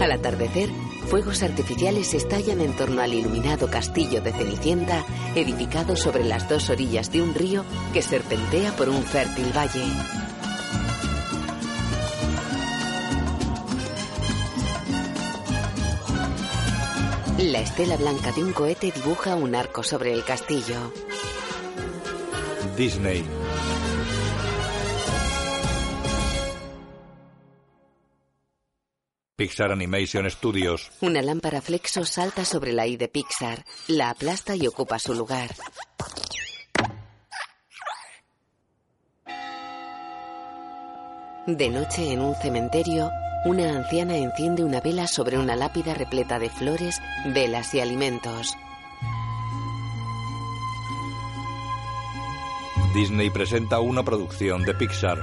Al atardecer, fuegos artificiales estallan en torno al iluminado castillo de Cenicienta, edificado sobre las dos orillas de un río que serpentea por un fértil valle. La estela blanca de un cohete dibuja un arco sobre el castillo. Disney. Pixar Animation Studios. Una lámpara flexo salta sobre la I de Pixar, la aplasta y ocupa su lugar. De noche en un cementerio, una anciana enciende una vela sobre una lápida repleta de flores, velas y alimentos. Disney presenta una producción de Pixar.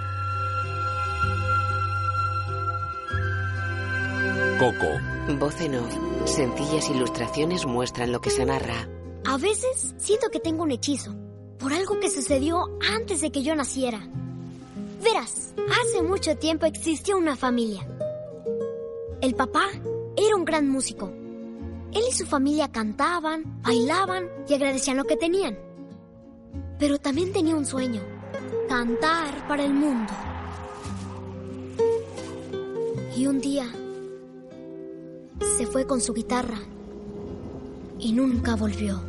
Coco. Voz en off. Sencillas ilustraciones muestran lo que se narra. A veces siento que tengo un hechizo por algo que sucedió antes de que yo naciera. Verás, hace mucho tiempo existió una familia. El papá era un gran músico. Él y su familia cantaban, bailaban y agradecían lo que tenían. Pero también tenía un sueño, cantar para el mundo. Y un día se fue con su guitarra y nunca volvió.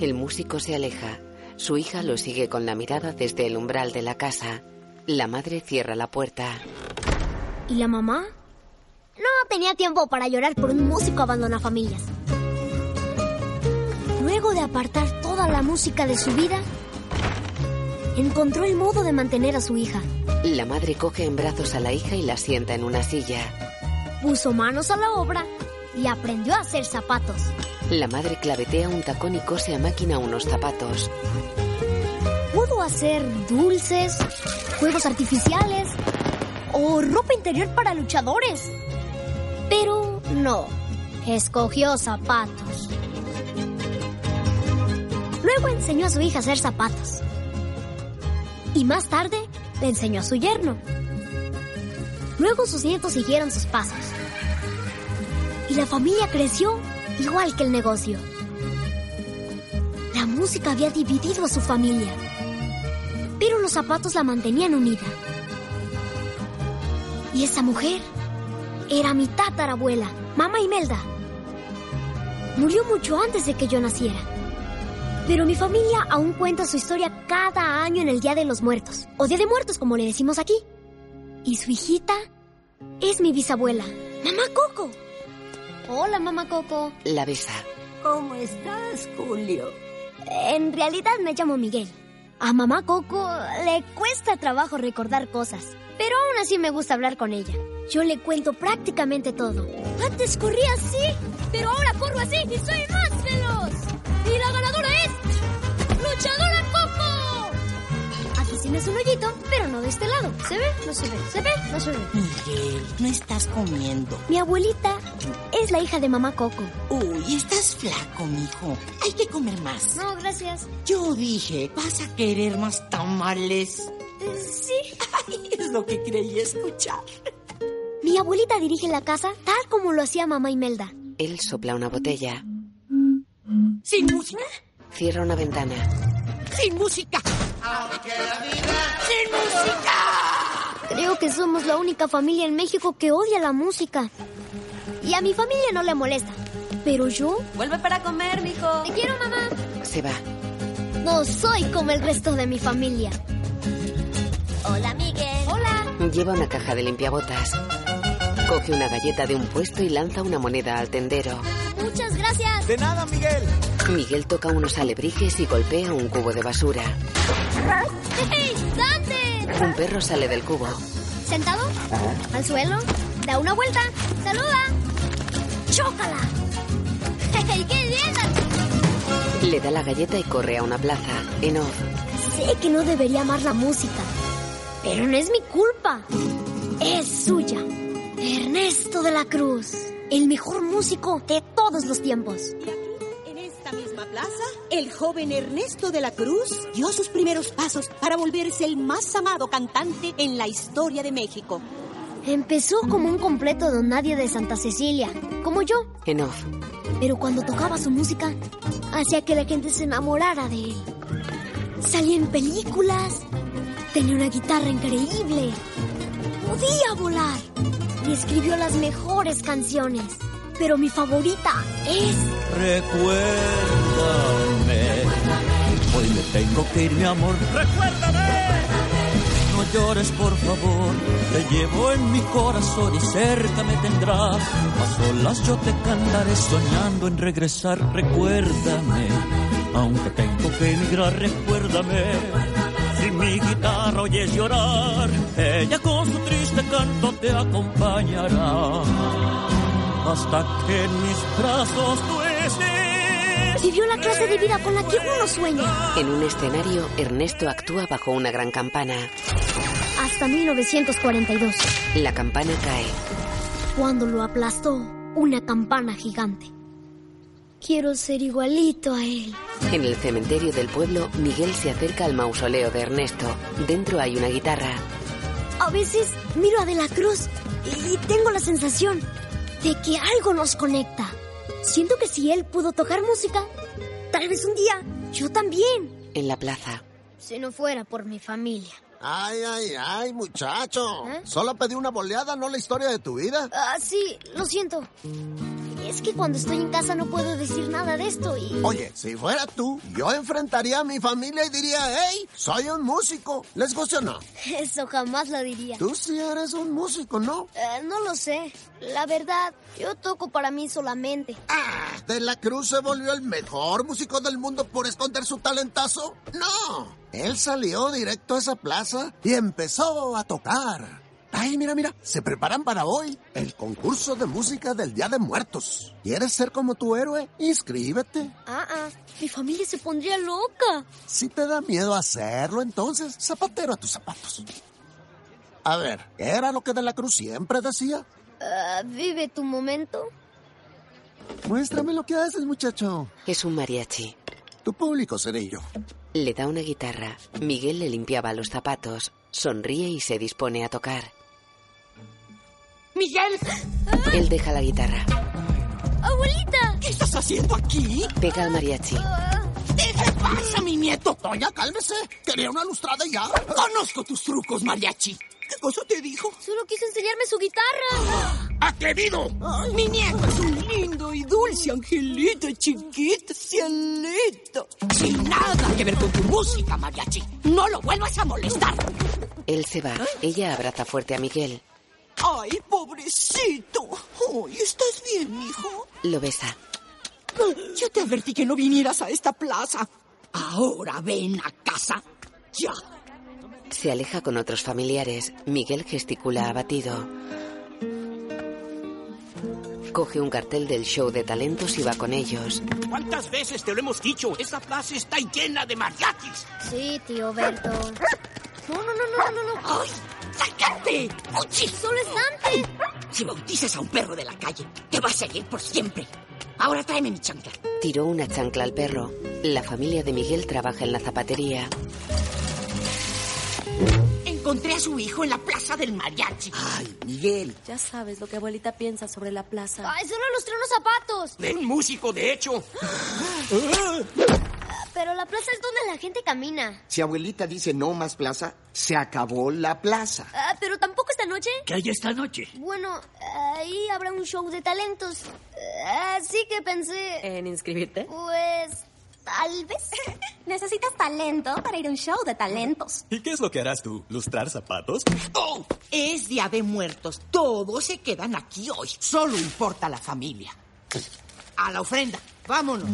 El músico se aleja. Su hija lo sigue con la mirada desde el umbral de la casa. La madre cierra la puerta. ¿Y la mamá? No tenía tiempo para llorar por un músico abandona familias. Luego de apartar toda la música de su vida, encontró el modo de mantener a su hija. La madre coge en brazos a la hija y la sienta en una silla. Puso manos a la obra y aprendió a hacer zapatos. La madre clavetea un tacón y cose a máquina unos zapatos. Pudo hacer dulces, juegos artificiales o ropa interior para luchadores. Pero no, escogió zapatos. Luego enseñó a su hija a hacer zapatos. Y más tarde le enseñó a su yerno. Luego sus nietos siguieron sus pasos. Y la familia creció igual que el negocio. La música había dividido a su familia, pero los zapatos la mantenían unida. Y esa mujer era mi tatarabuela, mamá Imelda. Murió mucho antes de que yo naciera. Pero mi familia aún cuenta su historia cada año en el Día de los Muertos, o Día de Muertos como le decimos aquí. Y su hijita es mi bisabuela, mamá Coco. Hola, mamá Coco. La besa. ¿Cómo estás, Julio? En realidad me llamo Miguel. A mamá Coco le cuesta trabajo recordar cosas, pero aún así me gusta hablar con ella. Yo le cuento prácticamente todo. Antes corría así, pero ahora corro así y soy más veloz. Y la ganadora es luchadora Coco. Aquí sí me hace un hoyito, pero no de este lado. ¿Se ve? No se ve. ¿Se ve? No se ve. Miguel, no estás comiendo. Mi abuelita es la hija de mamá Coco. Uy, estás flaco, mijo. Hay que comer más. No, gracias. Yo dije, ¿vas a querer más tamales? Sí. Ay, es lo que creí escuchar. Mi abuelita dirige la casa tal como lo hacía mamá Imelda. Él sopla una botella. ¿Sin música? Cierra una ventana. ¡Sin música! Ah, ¡Sin música! Creo que somos la única familia en México que odia la música. Y a mi familia no le molesta. Pero yo Vuelve para comer, mijo. te quiero, mamá. Se va. No soy como el resto de mi familia. Hola, Miguel. Hola. Lleva una caja de limpiabotas. Coge una galleta de un puesto y lanza una moneda al tendero. Muchas gracias. De nada, Miguel. Miguel toca unos alebrijes y golpea un cubo de basura. ¡Hey, date! Un perro sale del cubo. ¿Sentado? ¿Al suelo? Da una vuelta. ¡Saluda! ¡Chócala! ¡Hey, qué bien! Le da la galleta y corre a una plaza. En off, Sé que no debería amar la música, pero no es mi culpa. Es suya. Ernesto de la Cruz, el mejor músico de todos los tiempos. En esta misma plaza, el joven Ernesto de la Cruz dio sus primeros pasos para volverse el más amado cantante en la historia de México. Empezó como un completo don nadie de Santa Cecilia, como yo, En off, pero cuando tocaba su música, hacía que la gente se enamorara de él. Salía en películas, tenía una guitarra increíble, podía volar y escribió las mejores canciones. Pero mi favorita es... Recuérdame. Hoy me tengo que ir, mi amor. Recuérdame. No llores, por favor. Te llevo en mi corazón y cerca me tendrás. A solas yo te cantaré soñando en regresar. Recuérdame. Aunque tengo que emigrar, recuérdame. Si mi guitarra oyes llorar, ella con su triste canto te acompañará. Hasta que en mis brazos tú estés. Vivió la clase de vida con la que uno sueña. en un escenario, Ernesto actúa bajo una gran campana. Hasta 1942, La campana cae. cuando lo aplastó una campana gigante. Quiero ser igualito a él. En el cementerio del pueblo, Miguel se acerca al mausoleo de Ernesto. Dentro hay una guitarra. A veces miro a De la Cruz y tengo la sensación de que algo nos conecta. Siento que si él pudo tocar música, tal vez un día yo también. En la plaza, Si no fuera por mi familia. Ay, ay, ay, muchacho. ¿Eh? Solo pedí una boleada, no la historia de tu vida. Ah, sí, lo siento. Es que cuando estoy en casa no puedo decir nada de esto y... Oye, si fuera tú, yo enfrentaría a mi familia y diría, hey, soy un músico. ¿Les gusta o no? Eso jamás lo diría. Tú sí eres un músico, ¿no? Eh, no lo sé. La verdad, yo toco para mí solamente. Ah, ¿De la Cruz se volvió el mejor músico del mundo por esconder su talentazo? No. Él salió directo a esa plaza y empezó a tocar. Ay, mira, mira, se preparan para hoy el concurso de música del Día de Muertos. ¿Quieres ser como tu héroe? Inscríbete. Ah, ah, mi familia se pondría loca. Si te da miedo hacerlo, entonces zapatero a tus zapatos. A ver, ¿qué era lo que De la Cruz siempre decía? Ah, vive tu momento. Muéstrame lo que haces, muchacho. es un mariachi. Tu público seré yo. Le da una guitarra. Miguel le limpiaba los zapatos. Sonríe y se dispone a tocar. ¡Miguel! Él deja la guitarra. ¡Abuelita! ¿Qué estás haciendo aquí? Pega al mariachi. ¿Qué pasa, mi nieto? Doña, cálmese. Quería una lustrada ya. Conozco tus trucos, mariachi. ¿Qué cosa te dijo? Solo quiso enseñarme su guitarra. ¡Ah, ¡Atrevido! mi nieto es un lindo y dulce angelito, chiquito, cielito. Sin nada que ver con tu música, mariachi. No lo vuelvas a molestar. Él se va. Ella abraza fuerte a Miguel. ¡Ay, pobrecito! Ay, ¿Estás bien, hijo? Lo besa. Yo te advertí que no vinieras a esta plaza. Ahora ven a casa. Ya. Se aleja con otros familiares. Miguel gesticula abatido. Coge un cartel del show de talentos y va con ellos. ¿Cuántas veces te lo hemos dicho? Esta plaza está llena de mariachis. Sí, tío Berto. No, no, no, no, no, no. ¡Ay! ¡Sácate! ¡Uchi! ¡Solo es Dante! Si bautizas a un perro de la calle, te va a seguir por siempre. Ahora tráeme mi chancla. Tiró una chancla al perro. La familia de Miguel trabaja en la zapatería. Encontré a su hijo en la plaza del mariachi. Ay, Miguel. Ya sabes lo que abuelita piensa sobre la plaza. ¡Ay, solo los los zapatos! De un músico, de hecho. Pero la plaza es donde la gente camina. Si abuelita dice no más plaza, se acabó la plaza. Ah, pero tampoco esta noche. ¿Qué hay esta noche? Bueno, ahí habrá un show de talentos. Ah, Así que pensé, ¿En inscribirte? pues, tal vez. Necesitas talento para ir a un show de talentos. ¿Y qué es lo que harás tú? ¿Lustrar zapatos? ¡Oh! Es día de muertos. Todos se quedan aquí hoy. Solo importa la familia. A la ofrenda. Vámonos.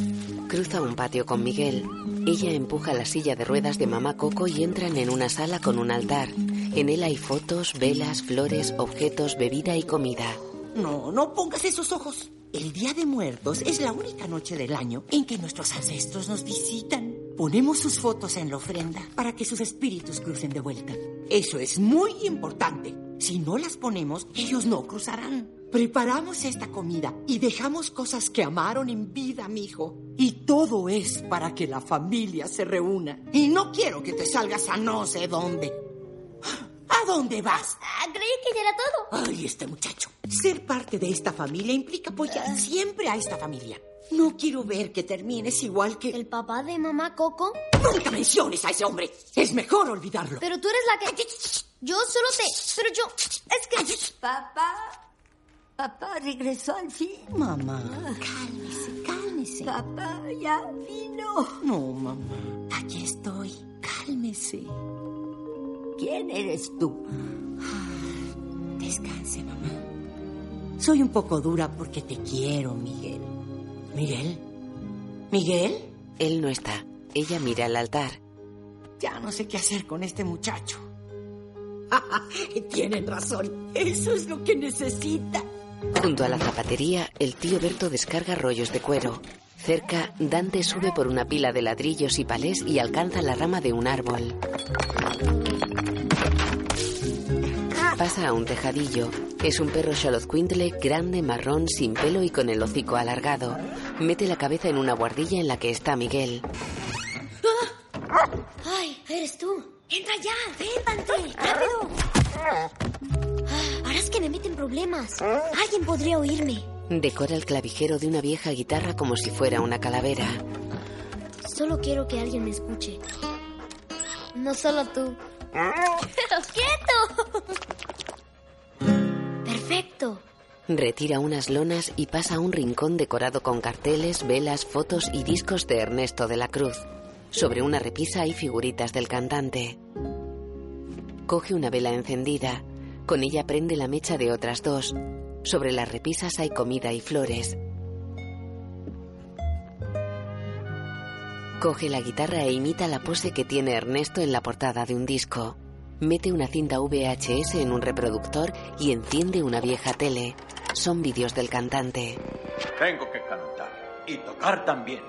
Cruza un patio con Miguel. Ella empuja la silla de ruedas de mamá Coco y entran en una sala con un altar. En él hay fotos, velas, flores, objetos, bebida y comida. No, no pongas esos ojos. El Día de Muertos es la única noche del año en que nuestros ancestros nos visitan. Ponemos sus fotos en la ofrenda para que sus espíritus crucen de vuelta. Eso es muy importante. Si no las ponemos, ellos no cruzarán. Preparamos esta comida y dejamos cosas que amaron en vida, mijo. Y todo es para que la familia se reúna. Y no quiero que te salgas a no sé dónde. ¡Ah! ¿A dónde vas? Ah, creí que ya era todo. Ay, este muchacho. Ser parte de esta familia implica apoyar siempre a esta familia. No quiero ver que termines igual que... ¿El papá de mamá Coco? Nunca menciones a ese hombre. Es mejor olvidarlo. Pero tú eres la que... Yo solo te... Pero yo... Es que... Papá. Papá regresó al fin. Mamá. Cálmese, cálmese. Papá ya vino. No, mamá. Aquí estoy. Cálmese. ¿Quién eres tú? Ah, Descanse, mamá. Soy un poco dura porque te quiero, Miguel. ¿Miguel? ¿Miguel? Él no está. Ella mira al altar. Ya no sé qué hacer con este muchacho. Tienen razón. Eso es lo que necesita. Junto a la zapatería, el tío Berto descarga rollos de cuero. Cerca, Dante sube por una pila de ladrillos y palés y alcanza la rama de un árbol. Pasa a un tejadillo. Es un perro xolozcuintle, grande, marrón, sin pelo y con el hocico alargado. Mete la cabeza en una guardilla en la que está Miguel. Ay, eres tú. Entra ya. Ven, Dante. Rápido. Ahora es que me meten problemas. ¿Eh? Alguien podría oírme. Decora el clavijero de una vieja guitarra como si fuera una calavera. Solo quiero que alguien me escuche. No solo tú. ¡Pero quieto! Perfecto. Retira unas lonas y pasa a un rincón decorado con carteles, velas, fotos y discos de Ernesto de la Cruz. Sobre una repisa hay figuritas del cantante. Coge una vela encendida. Con ella prende la mecha de otras dos. Sobre las repisas hay comida y flores. Coge la guitarra e imita la pose que tiene Ernesto en la portada de un disco. Mete una cinta VHS en un reproductor y enciende una vieja tele. Son vídeos del cantante. Tengo que cantar y tocar también.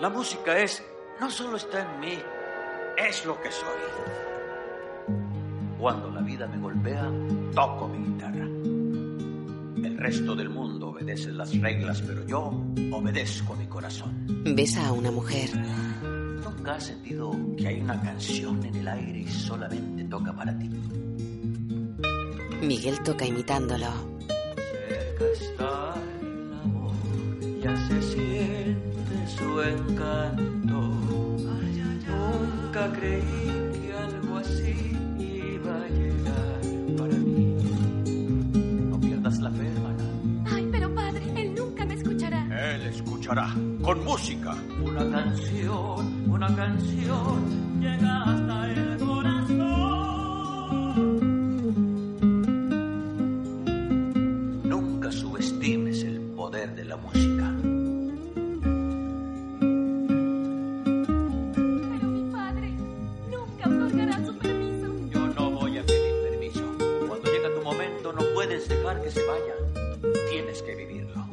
La música es, no solo está en mí, es lo que soy. Cuando la vida me golpea, toco mi guitarra. El resto del mundo obedece las reglas, pero yo obedezco mi corazón. Besa a una mujer. ¿Nunca has sentido que hay una canción en el aire y solamente toca para ti? Miguel toca imitándolo. Cerca está el amor, ya se siente su encanto. Nunca creí que algo así iba a llegar Ah, para mí. No pierdas la fe, hermana. Ay, pero padre, él nunca me escuchará. Él escuchará con música. Una canción, una canción llega hasta el corazón. Nunca subestimes el poder de la música. Pero mi padre nunca otorgará su permiso. Yo no voy a pedir permiso. Cuando llega tu momento no puedes dejar que se vaya. Tienes que vivirlo.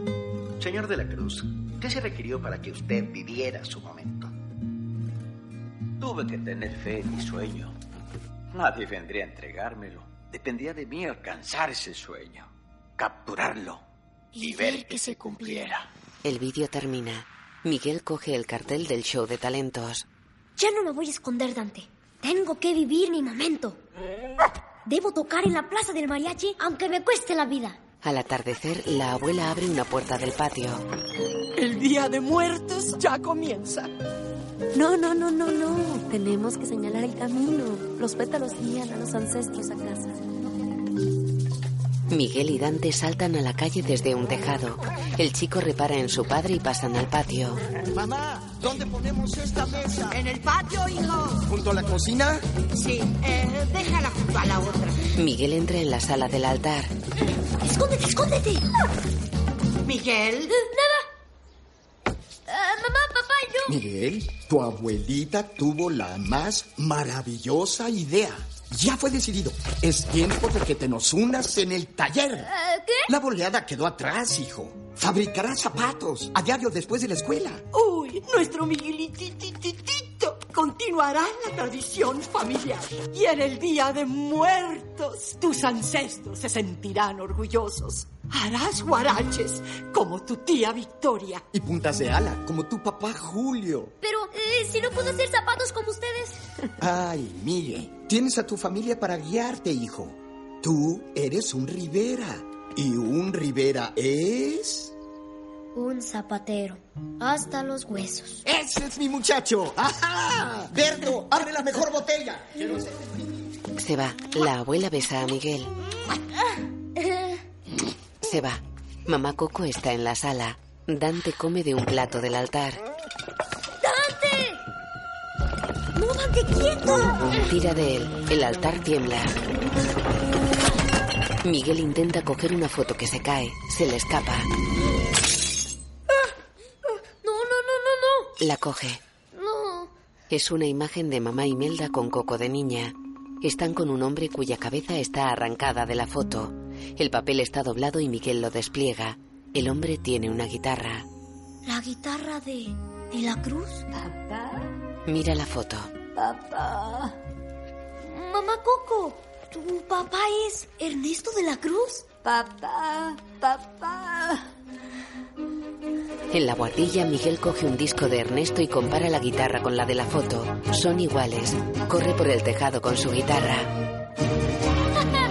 Señor de la Cruz, ¿qué se requirió para que usted viviera su momento? Tuve que tener fe en mi sueño. Nadie vendría a entregármelo. Dependía de mí alcanzar ese sueño, capturarlo y, ver que, se cumpliera. El vídeo termina. Miguel coge el cartel del show de talentos. Ya no me voy a esconder, Dante. Tengo que vivir mi momento. Debo tocar en la plaza del mariachi, aunque me cueste la vida. Al atardecer, la abuela abre una puerta del patio. El día de muertos ya comienza. No, no, no, no, no. Tenemos que señalar el camino. Los pétalos guían a los ancestros a casa. Miguel y Dante saltan a la calle desde un tejado. El chico repara en su padre y pasan al patio. Mamá, ¿dónde ponemos esta mesa? En el patio, hijo. ¿Junto a la cocina? Sí, eh, déjala junto a la otra. Miguel entra en la sala del altar. ¡Escóndete, escóndete! Miguel. ¡Nada! Ah, mamá, papá, yo. Miguel, tu abuelita tuvo la más maravillosa idea. Ya fue decidido. Es tiempo de que te nos unas en el taller. Ah, ¿Eh, ¿Qué? La boleada quedó atrás, hijo. Fabricarás zapatos a diario después de la escuela. Uy, nuestro Miguelitititito continuará la tradición familiar. Y en el día de muertos, tus ancestros se sentirán orgullosos. Harás guaraches como tu tía Victoria. Y puntas de ala, como tu papá Julio. Pero, eh, si no puedo hacer zapatos como ustedes. Ay, mire, tienes a tu familia para guiarte, hijo. Tú eres un Rivera. Y un Rivera es... Un zapatero. Hasta los huesos. ¡Ese es mi muchacho! ¡Ajá! Berto, abre la mejor botella. Se va. La abuela besa a Miguel. Se va. Mamá Coco está en la sala. Dante come de un plato del altar. ¡Dante! ¡No, Dante, quieto! Tira de él. El altar tiembla. Miguel intenta coger una foto que se cae. Se le escapa. No, no, La coge. no, no, no. No. Es una imagen de mamá Imelda con Coco de niña. Están con un hombre cuya cabeza está arrancada de la foto. El papel está doblado y Miguel lo despliega. El hombre tiene una guitarra. La guitarra de. de la cruz. Papá. Mira la foto. Papá. Mamá Coco, ¿tu papá es Ernesto de la Cruz? Papá, papá. En la guardilla, Miguel coge un disco de Ernesto y compara la guitarra con la de la foto. Son iguales. Corre por el tejado con su guitarra. ¡Papá,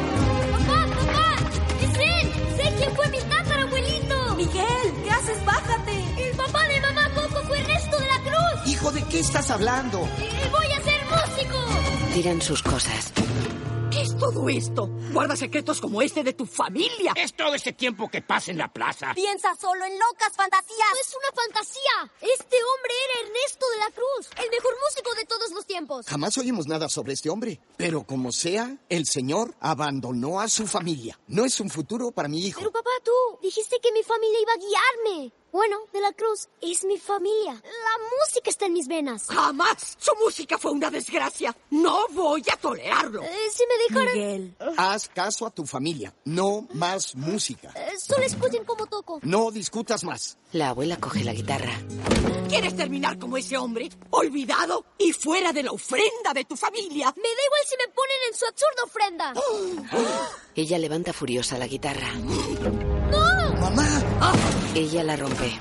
papá! ¡Es él! ¡Sé quién fue mi tatarabuelito! ¡Miguel, ¿qué haces? ¡Bájate! ¡El papá de mamá Coco fue Ernesto de la Cruz! Hijo, ¿de qué estás hablando? ¡Y voy a ser músico! Tiran sus cosas. ¿Qué es todo esto? Guarda secretos como este de tu familia. Es todo este tiempo que pasa en la plaza. Piensa solo en locas fantasías. ¡No es una fantasía! Este hombre era Ernesto de la Cruz, el mejor músico de todos los tiempos. Jamás oímos nada sobre este hombre. Pero como sea, el señor abandonó a su familia. No es un futuro para mi hijo. Pero papá, tú dijiste que mi familia iba a guiarme. Bueno, de la Cruz es mi familia. La música está en mis venas. Jamás. Su música fue una desgracia. No voy a tolerarlo. Eh, si me dejaran... Haz caso a tu familia. No más música. Eh, solo escuchen cómo toco. No discutas más. La abuela coge la guitarra. ¿Quieres terminar como ese hombre? Olvidado y fuera de la ofrenda de tu familia. Me da igual si me ponen en su absurda ofrenda. Ella levanta furiosa la guitarra. ¡No! Ah, ¡Mamá! Ella la rompe.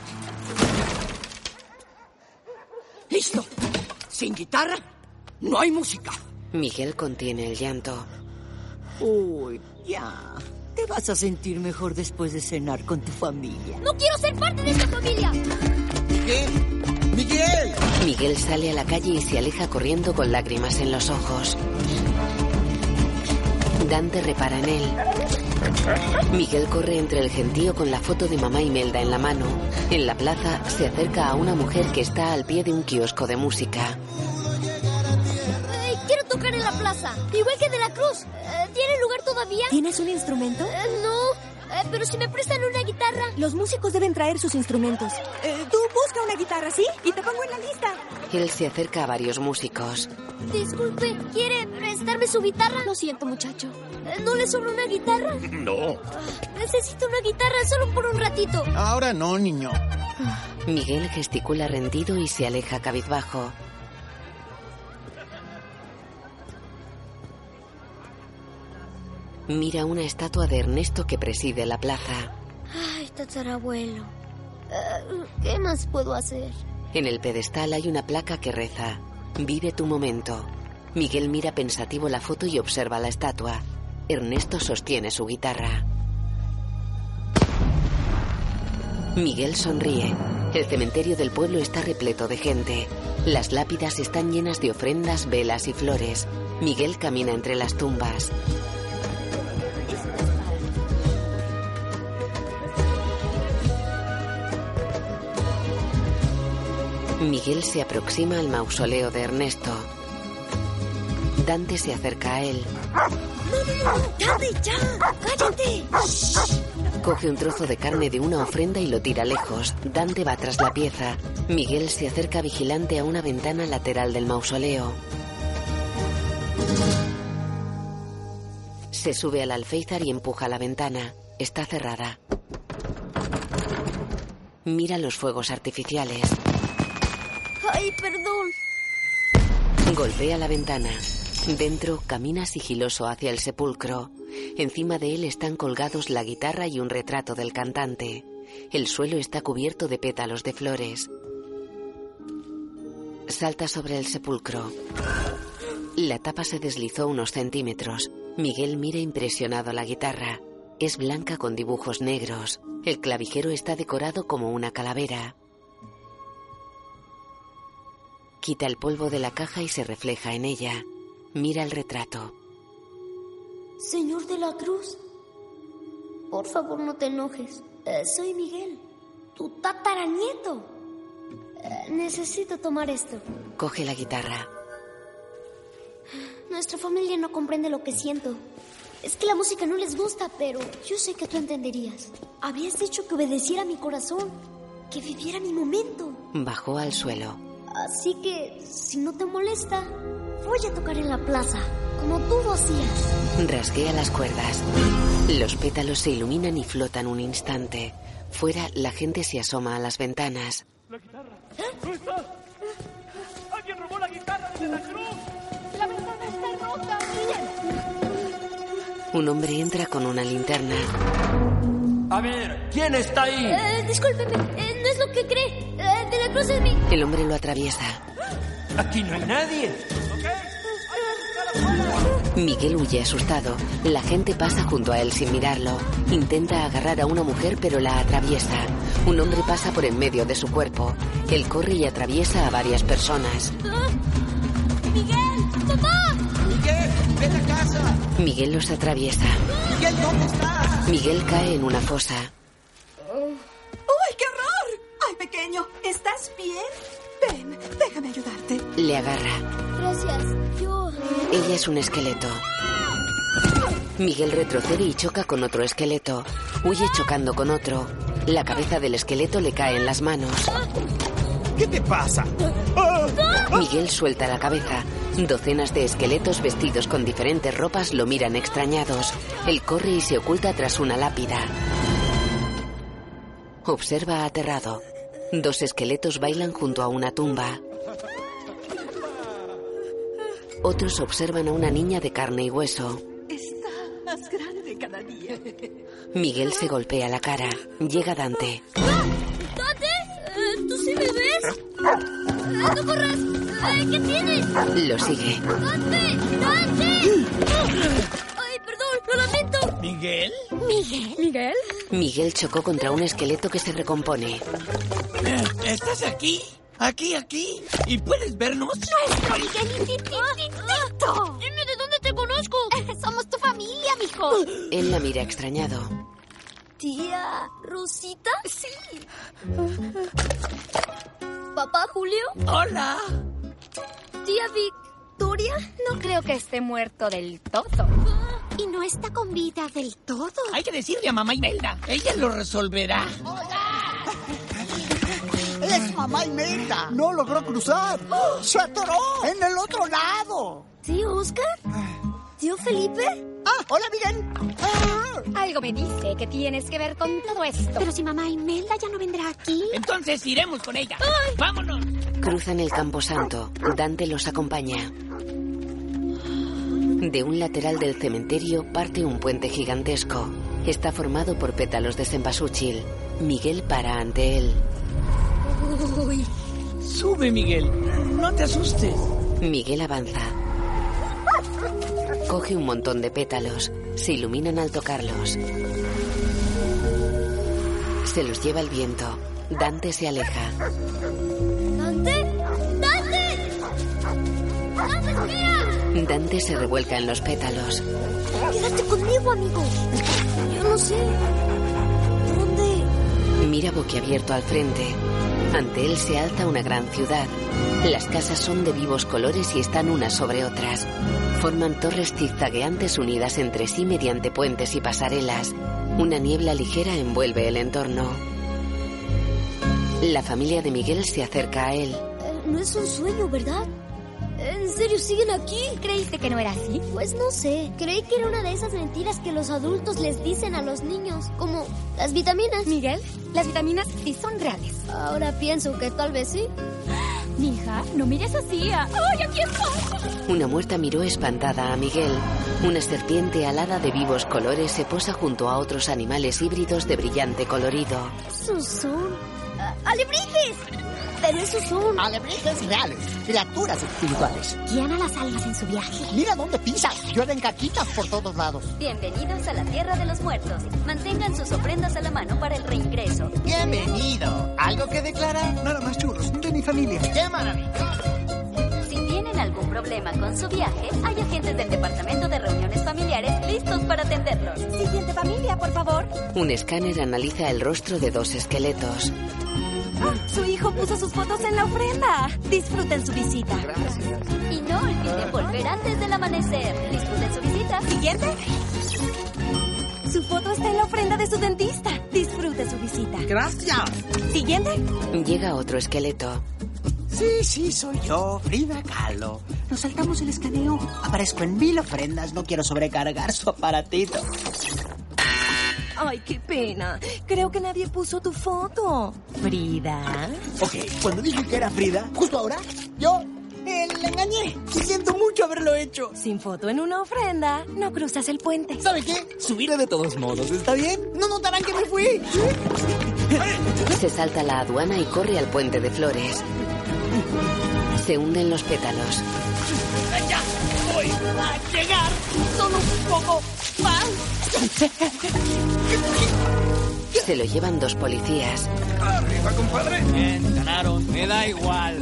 Listo. Sin guitarra, no hay música. Miguel contiene el llanto. Uy, ya. Te vas a sentir mejor después de cenar con tu familia. ¡No quiero ser parte de esta familia! ¡Miguel! ¡Miguel! Miguel sale a la calle y se aleja corriendo con lágrimas en los ojos. Dante repara en él. Eh, Miguel corre entre el gentío con la foto de mamá Imelda en la mano. En la plaza se acerca a una mujer que está al pie de un kiosco de música. Eh, quiero tocar en la plaza, igual que de la Cruz. Eh, ¿Tiene lugar todavía? ¿Tienes un instrumento? Eh, no, eh, pero si me prestan una guitarra. Los músicos deben traer sus instrumentos. Eh, tú busca una guitarra, ¿sí? Y te pongo en la lista. Él se acerca a varios músicos. Disculpe, ¿quiere prestarme su guitarra? Lo siento, muchacho. Eh, ¿No le sobra una guitarra? No. Necesito una guitarra solo por un ratito. Ahora no, niño. Miguel gesticula rendido y se aleja cabizbajo. Mira una estatua de Ernesto que preside la plaza. Ay, tatarabuelo. Eh, ¿Qué más puedo hacer? En el pedestal hay una placa que reza, Vive tu momento. Miguel mira pensativo la foto y observa la estatua. Ernesto sostiene su guitarra. Miguel sonríe. El cementerio del pueblo está repleto de gente. Las lápidas están llenas de ofrendas, velas y flores. Miguel camina entre las tumbas. Miguel se aproxima al mausoleo de Ernesto. Dante se acerca a él. ¡Dante, ya! ¡Cállate! Coge un trozo de carne de una ofrenda y lo tira lejos. Dante va tras la pieza. Miguel se acerca vigilante a una ventana lateral del mausoleo. Se sube al alféizar y empuja la ventana. Está cerrada. Mira los fuegos artificiales. Ay, perdón. Golpea la ventana. Dentro camina sigiloso hacia el sepulcro. Encima de él están colgados la guitarra y un retrato del cantante. El suelo está cubierto de pétalos de flores. Salta sobre el sepulcro. La tapa se deslizó unos centímetros. Miguel mira impresionado la guitarra. Es blanca con dibujos negros. El clavijero está decorado como una calavera. Quita el polvo de la caja y se refleja en ella. Mira el retrato. Señor de la Cruz, por favor no te enojes. Eh, soy Miguel, tu tataranieto. Eh, necesito tomar esto. Coge la guitarra. Nuestra familia no comprende lo que siento. Es que la música no les gusta, pero yo sé que tú entenderías. Habías dicho que obedeciera mi corazón, que viviera mi momento. Bajó al suelo. Así que, si no te molesta, voy a tocar en la plaza, como tú lo hacías. Rasguea las cuerdas. Los pétalos se iluminan y flotan un instante. Fuera, la gente se asoma a las ventanas. La guitarra. ¿No está? ¡Alguien robó la guitarra de la cruz! ¡La ventana está rota! Un hombre entra con una linterna. A ver, ¿quién está ahí? Eh, discúlpeme, eh, no es lo que cree. Eh, de la Cruz es mi... El hombre lo atraviesa. Aquí no hay nadie. Miguel huye asustado. La gente pasa junto a él sin mirarlo. Intenta agarrar a una mujer pero la atraviesa. Un hombre pasa por en medio de su cuerpo. Él corre y atraviesa a varias personas. Ah, ¡Miguel! ¡Papá! Miguel, ven a casa. Miguel los atraviesa. Miguel, ¿dónde estás? Miguel cae en una fosa. ¡Uy, qué horror! ¡Ay, pequeño! ¿Estás bien? Ven, déjame ayudarte. Le agarra. Gracias, yo... Ella es un esqueleto. Miguel retrocede y choca con otro esqueleto. Huye chocando con otro. La cabeza del esqueleto le cae en las manos. ¿Qué te pasa? Miguel suelta la cabeza. Docenas de esqueletos vestidos con diferentes ropas lo miran extrañados. Él corre y se oculta tras una lápida. Observa aterrado. Dos esqueletos bailan junto a una tumba. Otros observan a una niña de carne y hueso. Está más grande cada día. Miguel se golpea la cara. Llega Dante. ¡Date! Eh, ¿Tú sí me ves? Eh, ¡No corras! Eh, ¿Qué tienes? Lo sigue. ¡Dante! ¡Dante! Oh, ¡Ay, perdón! ¡Lo lamento! ¿Miguel? ¿Miguel? ¿Miguel? Miguel chocó contra un esqueleto que se recompone. ¿Estás aquí? Aquí, aquí. ¿Y puedes vernos? ¡Nuestro Miguelitititito! Ah, Dime, ¿de dónde te conozco? Somos tu familia, mijo. Él la mira extrañado. Tía, Rosita. Sí. Papá Julio. Hola. Tía Victoria. No creo que esté muerto del todo. Y no está con vida del todo. Hay que decirle a mamá Imelda. Ella lo resolverá. ¡Es mamá Imelda! ¡No logró cruzar! ¡Se atoró! ¡En el otro lado! ¿Tío Oscar? ¿Tío Felipe? ¡Ah! ¡Hola, Miguel! Ah. Algo me dice que tienes que ver con todo esto. Pero si mamá Imelda ya no vendrá aquí. Entonces iremos con ella. ¡Vámonos! Cruzan el camposanto. Dante los acompaña. De un lateral del cementerio parte un puente gigantesco. Está formado por pétalos de cempasúchil. Miguel para ante él. Uy. Sube, Miguel. No te asustes. Miguel avanza. Coge un montón de pétalos. Se iluminan al tocarlos. Se los lleva el viento. Dante se aleja. ¡Dante! e- ¡Dante! ¡Dante, espera! Dante se revuelca en los pétalos. Quédate conmigo, amigo. Yo no sé. ¿Dónde? Mira boquiabierto al frente. Ante él se alza una gran ciudad. Las casas son de vivos colores y están unas sobre otras. Forman torres zigzagueantes unidas entre sí mediante puentes y pasarelas. Una niebla ligera envuelve el entorno. La familia de Miguel se acerca a él. Eh, no es un sueño, ¿verdad? ¿En serio siguen aquí? ¿Creíste que no era así? Pues no sé. Creí que era una de esas mentiras que los adultos les dicen a los niños, como las vitaminas. Miguel, las vitaminas sí son reales. Ahora pienso que tal vez sí. Mija, no mires así. ah. ¡Ay, aquí estoy! Una muerta miró espantada a Miguel. Una serpiente alada de vivos colores se posa junto a otros animales híbridos de brillante colorido. Susun. Ah, ¡Alebrijes! Pero es Susun. Alebrijes reales, criaturas espirituales. Guían a las almas en su viaje. Mira dónde pisas, llueven caquitas por todos lados. Bienvenidos a la Tierra de los Muertos. Mantengan sus ofrendas a la mano para el reingreso. Bienvenido. ¿Algo que declarar? Nada más churros, de mi familia. ¡Qué maravilla! Si tienen algún problema con su viaje, hay agentes del Departamento de Reuniones Familiares listos para atenderlos. Siguiente familia, por favor. Un escáner analiza el rostro de dos esqueletos. ¡Ah! Su hijo puso sus fotos en la ofrenda. Disfruten su visita. Gracias. Y no olviden volver antes del amanecer. Disfruten su visita. Siguiente. Su foto está en la ofrenda de su dentista. Disfrute su visita. Gracias. Siguiente. Llega otro esqueleto. Sí, sí, soy yo, Oh, Frida Kahlo. Nos saltamos el escaneo. Aparezco en mil ofrendas. No quiero sobrecargar su aparatito. Ay, qué pena. Creo que nadie puso tu foto. Frida. Ok, cuando dije que era Frida, justo ahora, yo eh, la engañé. Y siento mucho haberlo hecho. Sin foto en una ofrenda, no cruzas el puente. ¿Sabe qué? Subiré de todos modos, ¿está bien? No notarán que me fui. Se salta la aduana y corre al puente de flores. Se hunden los pétalos. ¡Ya! ¡Voy a llegar! ¡Solo un poco más! Se lo llevan dos policías. Arriba, compadre. Bien, ganaron. Me da igual.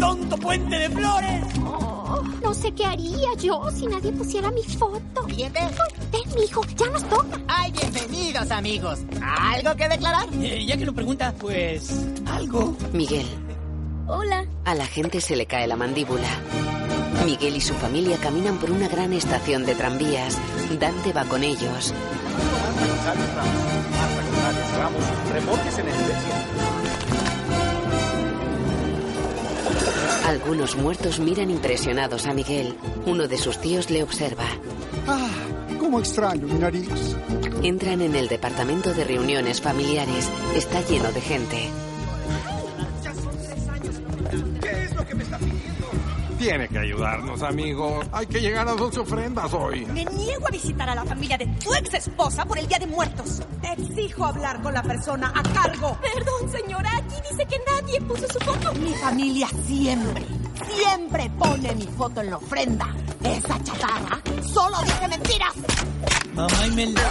Tonto puente de flores. Oh, no sé qué haría yo si nadie pusiera mi foto. Ay, ven, mijo, ya nos toca. ¡Ay, bienvenidos, amigos! ¿Algo que declarar? Eh, ya que lo pregunta, pues algo. Miguel. Hola. A la gente se le cae la mandíbula. Miguel y su familia caminan por una gran estación de tranvías. Dante va con ellos. Ramos, remolques en el Algunos muertos miran impresionados a Miguel. Uno de sus tíos le observa. Ah, cómo extraño mi nariz. Entran en el departamento de reuniones familiares. Está lleno de gente. ¿Qué es lo que me está pidiendo? Tiene que ayudarnos, amigo. Hay que llegar a dos ofrendas hoy. Me niego a visitar a la familia de tu ex esposa por el Día de Muertos. Te exijo hablar con la persona a cargo. Perdón, señora. Aquí dice que nadie puso su foto. Mi familia siempre, siempre pone mi foto en la ofrenda. Esa chatarra solo dice mentiras. Mamá y Melda.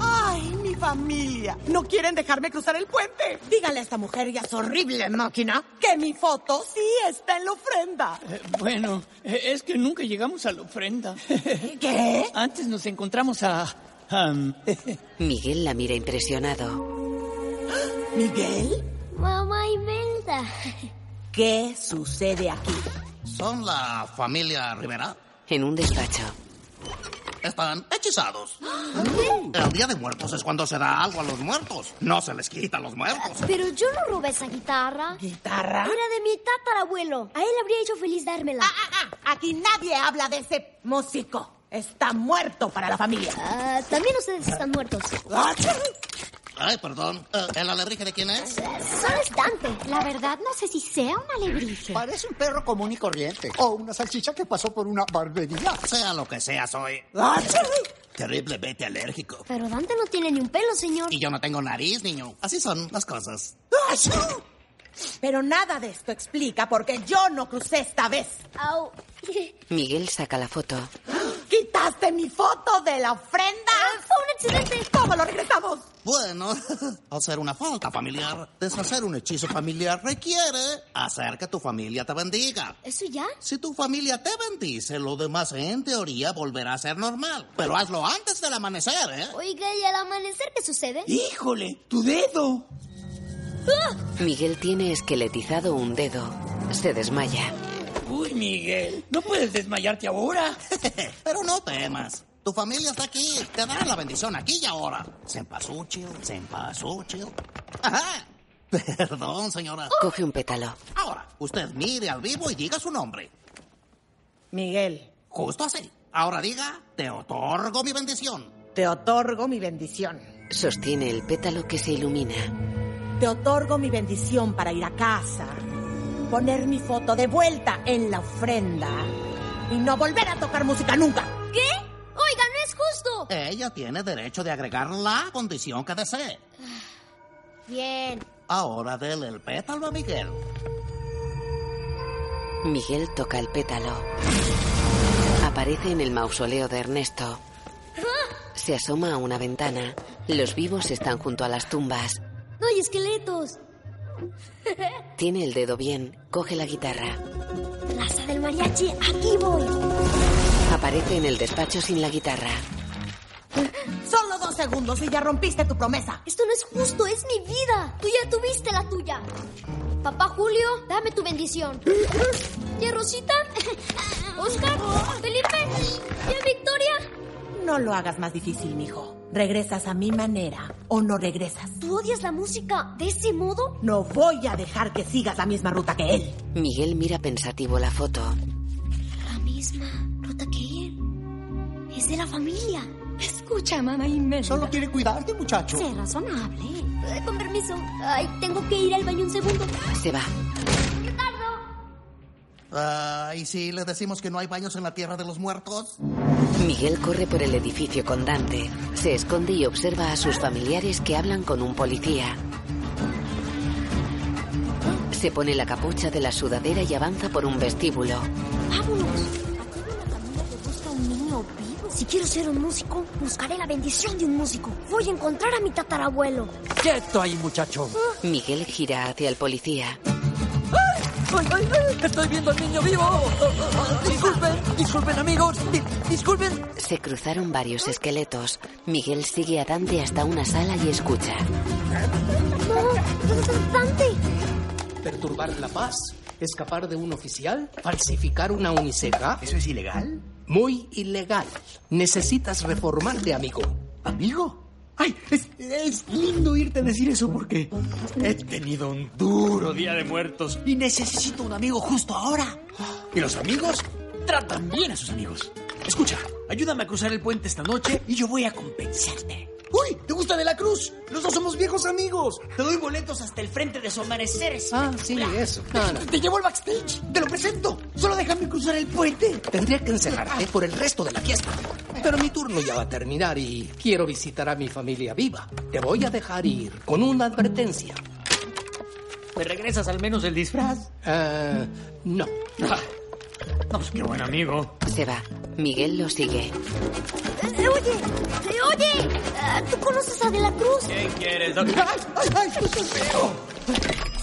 ¡Ay, mi familia! ¿No quieren dejarme cruzar el puente? Dígale a esta mujer y a su horrible máquina que mi foto sí está en la ofrenda. Eh, Bueno, eh, es que nunca llegamos a la ofrenda. ¿Qué? Antes nos encontramos a... am, Miguel la mira impresionado. ¿Miguel? Mamá Imelda. ¿Qué sucede aquí? Son la familia Rivera. En un despacho. ¡Ah! Están hechizados. El Día de Muertos es cuando se da algo a los muertos. No se les quita a los muertos. Pero yo no robé esa guitarra. ¿Guitarra? Era de mi tatarabuelo. A él le habría hecho feliz dármela. Ah, ah, aquí nadie habla de ese músico. Está muerto para la familia. Ah. Ah, también ustedes están muertos. Ay, perdón. Eh, ¿El alebrije de quién es? Solo es Dante. La verdad no sé si sea un alebrije. Parece un perro común y corriente. O una salchicha que pasó por una barbería. Sea lo que sea, soy ¡Ah, terriblemente alérgico. Pero Dante no tiene ni un pelo, señor. Y yo no tengo nariz, niño. Así son las cosas. Pero nada de esto explica por qué yo no crucé esta vez. Au. Miguel saca la foto. ¡Quitaste mi foto de la ofrenda! Ah, ¡Fue un accidente! ¿Cómo lo regresamos? Bueno, hacer una falta familiar, deshacer un hechizo familiar requiere hacer que tu familia te bendiga. ¿Eso ya? Si tu familia te bendice, lo demás en teoría volverá a ser normal. Pero hazlo antes del amanecer, ¿eh? Oiga, ¿y al amanecer qué sucede? ¡Híjole! ¡Tu dedo! Miguel tiene esqueletizado un dedo. Se desmaya. Uy, Miguel, no puedes desmayarte ahora. Pero no temas. Tu familia está aquí. Te dará la bendición aquí y ahora. Sempasuchil, sempasuchil. Ajá. Perdón, señora. Oh. Coge un pétalo. Ahora, usted mire al vivo y diga su nombre. Miguel, Justo así. Ahora diga, te otorgo mi bendición. te otorgo mi bendición. Sostiene el pétalo que se ilumina. Te otorgo mi bendición para ir a casa, poner mi foto de vuelta en la ofrenda y no volver a tocar música nunca. ¿Qué? Oiga, no es justo. Ella tiene derecho de agregar la condición que desee. Bien. Ahora dele el pétalo a Miguel. Miguel toca el pétalo. Aparece en el mausoleo de Ernesto. Ah, Se asoma a una ventana. Los vivos están junto a las tumbas. No hay esqueletos. Tiene el dedo bien, coge la guitarra. Plaza del mariachi, aquí voy. Aparece en el despacho sin la guitarra. Solo dos segundos y ya rompiste tu promesa. Esto no es justo, es mi vida. Tú ya tuviste la tuya. Papá Julio, dame tu bendición. ¿Y a Rosita? ¿Oscar? ¿Felipe? ¿Y a Victoria? No lo hagas más difícil, mijo. Regresas a mi manera o no regresas. ¿Tú odias la música de ese modo? No voy a dejar que sigas la misma ruta que él. Miguel mira pensativo la foto. La misma ruta que él. Es de la familia. Escucha, mamá inmensa. Solo quiere cuidarte, muchacho. Sé razonable. Eh, con permiso. Ay, tengo que ir al baño un segundo. Se va. ¡Qué tardo! Ah, ¿Y si le decimos que no hay baños en la tierra de los muertos? Miguel corre por el edificio con Dante. Se esconde y observa a sus familiares que hablan con un policía. Se pone la capucha de la sudadera y avanza por un vestíbulo. ¡Vámonos! Aquí hay una familia que busca un niño vivo. Si quiero ser un músico, buscaré la bendición de un músico. Voy a encontrar a mi tatarabuelo. Quieto ahí, muchacho. Miguel gira hacia el policía. ¡Ay, ay, ay! ¡Estoy viendo al niño vivo! Disculpen, disculpen, amigos. Di- disculpen. Se cruzaron varios esqueletos. Miguel sigue a Dante hasta una sala y escucha. ¡No! ¡Dante! Perturbar la paz, escapar de un oficial, falsificar una ¿Ah? uniceja. ¿Eso es ilegal? Muy ilegal. Necesitas reformarte, amigo. ¿Amigo? Ay, es, es lindo irte a decir eso porque he tenido un duro día de muertos y necesito un amigo justo ahora. ¿Y los amigos? Tratan bien a sus amigos. Escucha, ayúdame a cruzar el puente esta noche y yo voy a compensarte. ¡Uy! ¿Te gusta de la cruz? Los dos somos viejos amigos. Te doy boletos hasta el frente de su amanecer. Ah, sí, eso. No, no. Te llevo al backstage. Te lo presento. Solo déjame cruzar el puente. Tendría que encerrarte por el resto de la fiesta. Pero mi turno ya va a terminar y quiero visitar a mi familia viva. Te voy a dejar ir con una advertencia. ¿Me regresas al menos el disfraz? Ah, no. Vamos, qué buen amigo. Se va. Miguel lo sigue. Eh, ¡Oye! eh, ¡Oye! Ah, ¿Tú conoces a De la Cruz? Ah, ¿Qué quieres,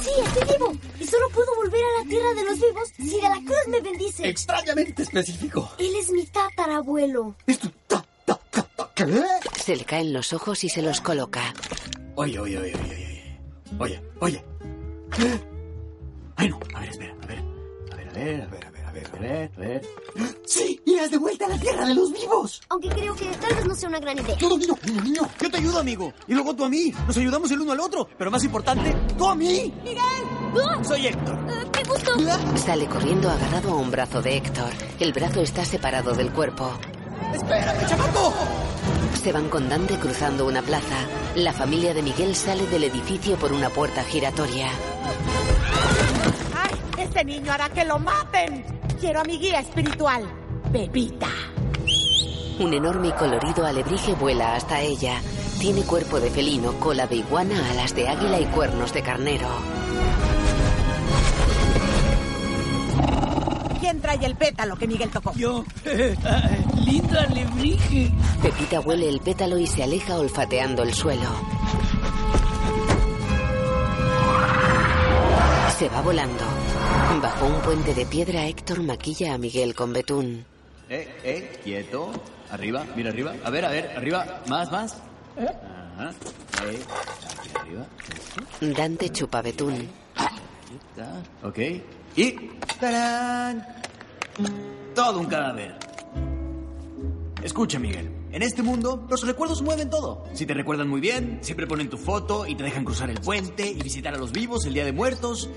Sí, estoy vivo. Y solo puedo volver a la tierra de los vivos si De la Cruz me bendice. Extrañamente específico. Él es mi tatarabuelo. ¿Qué? Se le caen los ojos y se los coloca. Oye, oye, oye, oye, oye. Oye, oye. Ay, no. A ver, espera, a ver. A ver, a ver, a ver, a ver, a ver, a ver, a ver. Sí, irás de vuelta a la tierra de los vivos. Aunque creo que tal vez no sea una gran idea. No, no, niño, niño, niño. Yo te ayudo, amigo. Y luego tú a mí. Nos ayudamos el uno al otro. Pero más importante, tú a mí. ¡Miguel! Soy Héctor. Ah, ¡Qué gusto! Sale corriendo agarrado a un brazo de Héctor. El brazo está separado del cuerpo. ¡Espérate, chamaco! Se van con Dante cruzando una plaza. La familia de Miguel sale del edificio por una puerta giratoria. Ay, este niño hará que lo maten. Quiero a mi guía espiritual, Pepita. Un enorme y colorido alebrije vuela hasta ella. Tiene cuerpo de felino, cola de iguana, alas de águila y cuernos de carnero. ¿Quién trae el pétalo que Miguel tocó? Yo. Lindo alebrije. Pepita huele el pétalo y se aleja olfateando el suelo. Se va volando. Bajo un puente de piedra, Héctor maquilla a Miguel con betún. Eh, eh, quieto. Arriba, mira arriba. A ver, a ver, arriba. Más, más. Ajá. Eh, aquí arriba. Dante chupa betún. Aquí está. Ok. Y. ¡Tarán! Todo un cadáver. Escucha, Miguel. En este mundo, los recuerdos mueven todo. Si te recuerdan muy bien, siempre ponen tu foto y te dejan cruzar el puente y visitar a los vivos el día de muertos.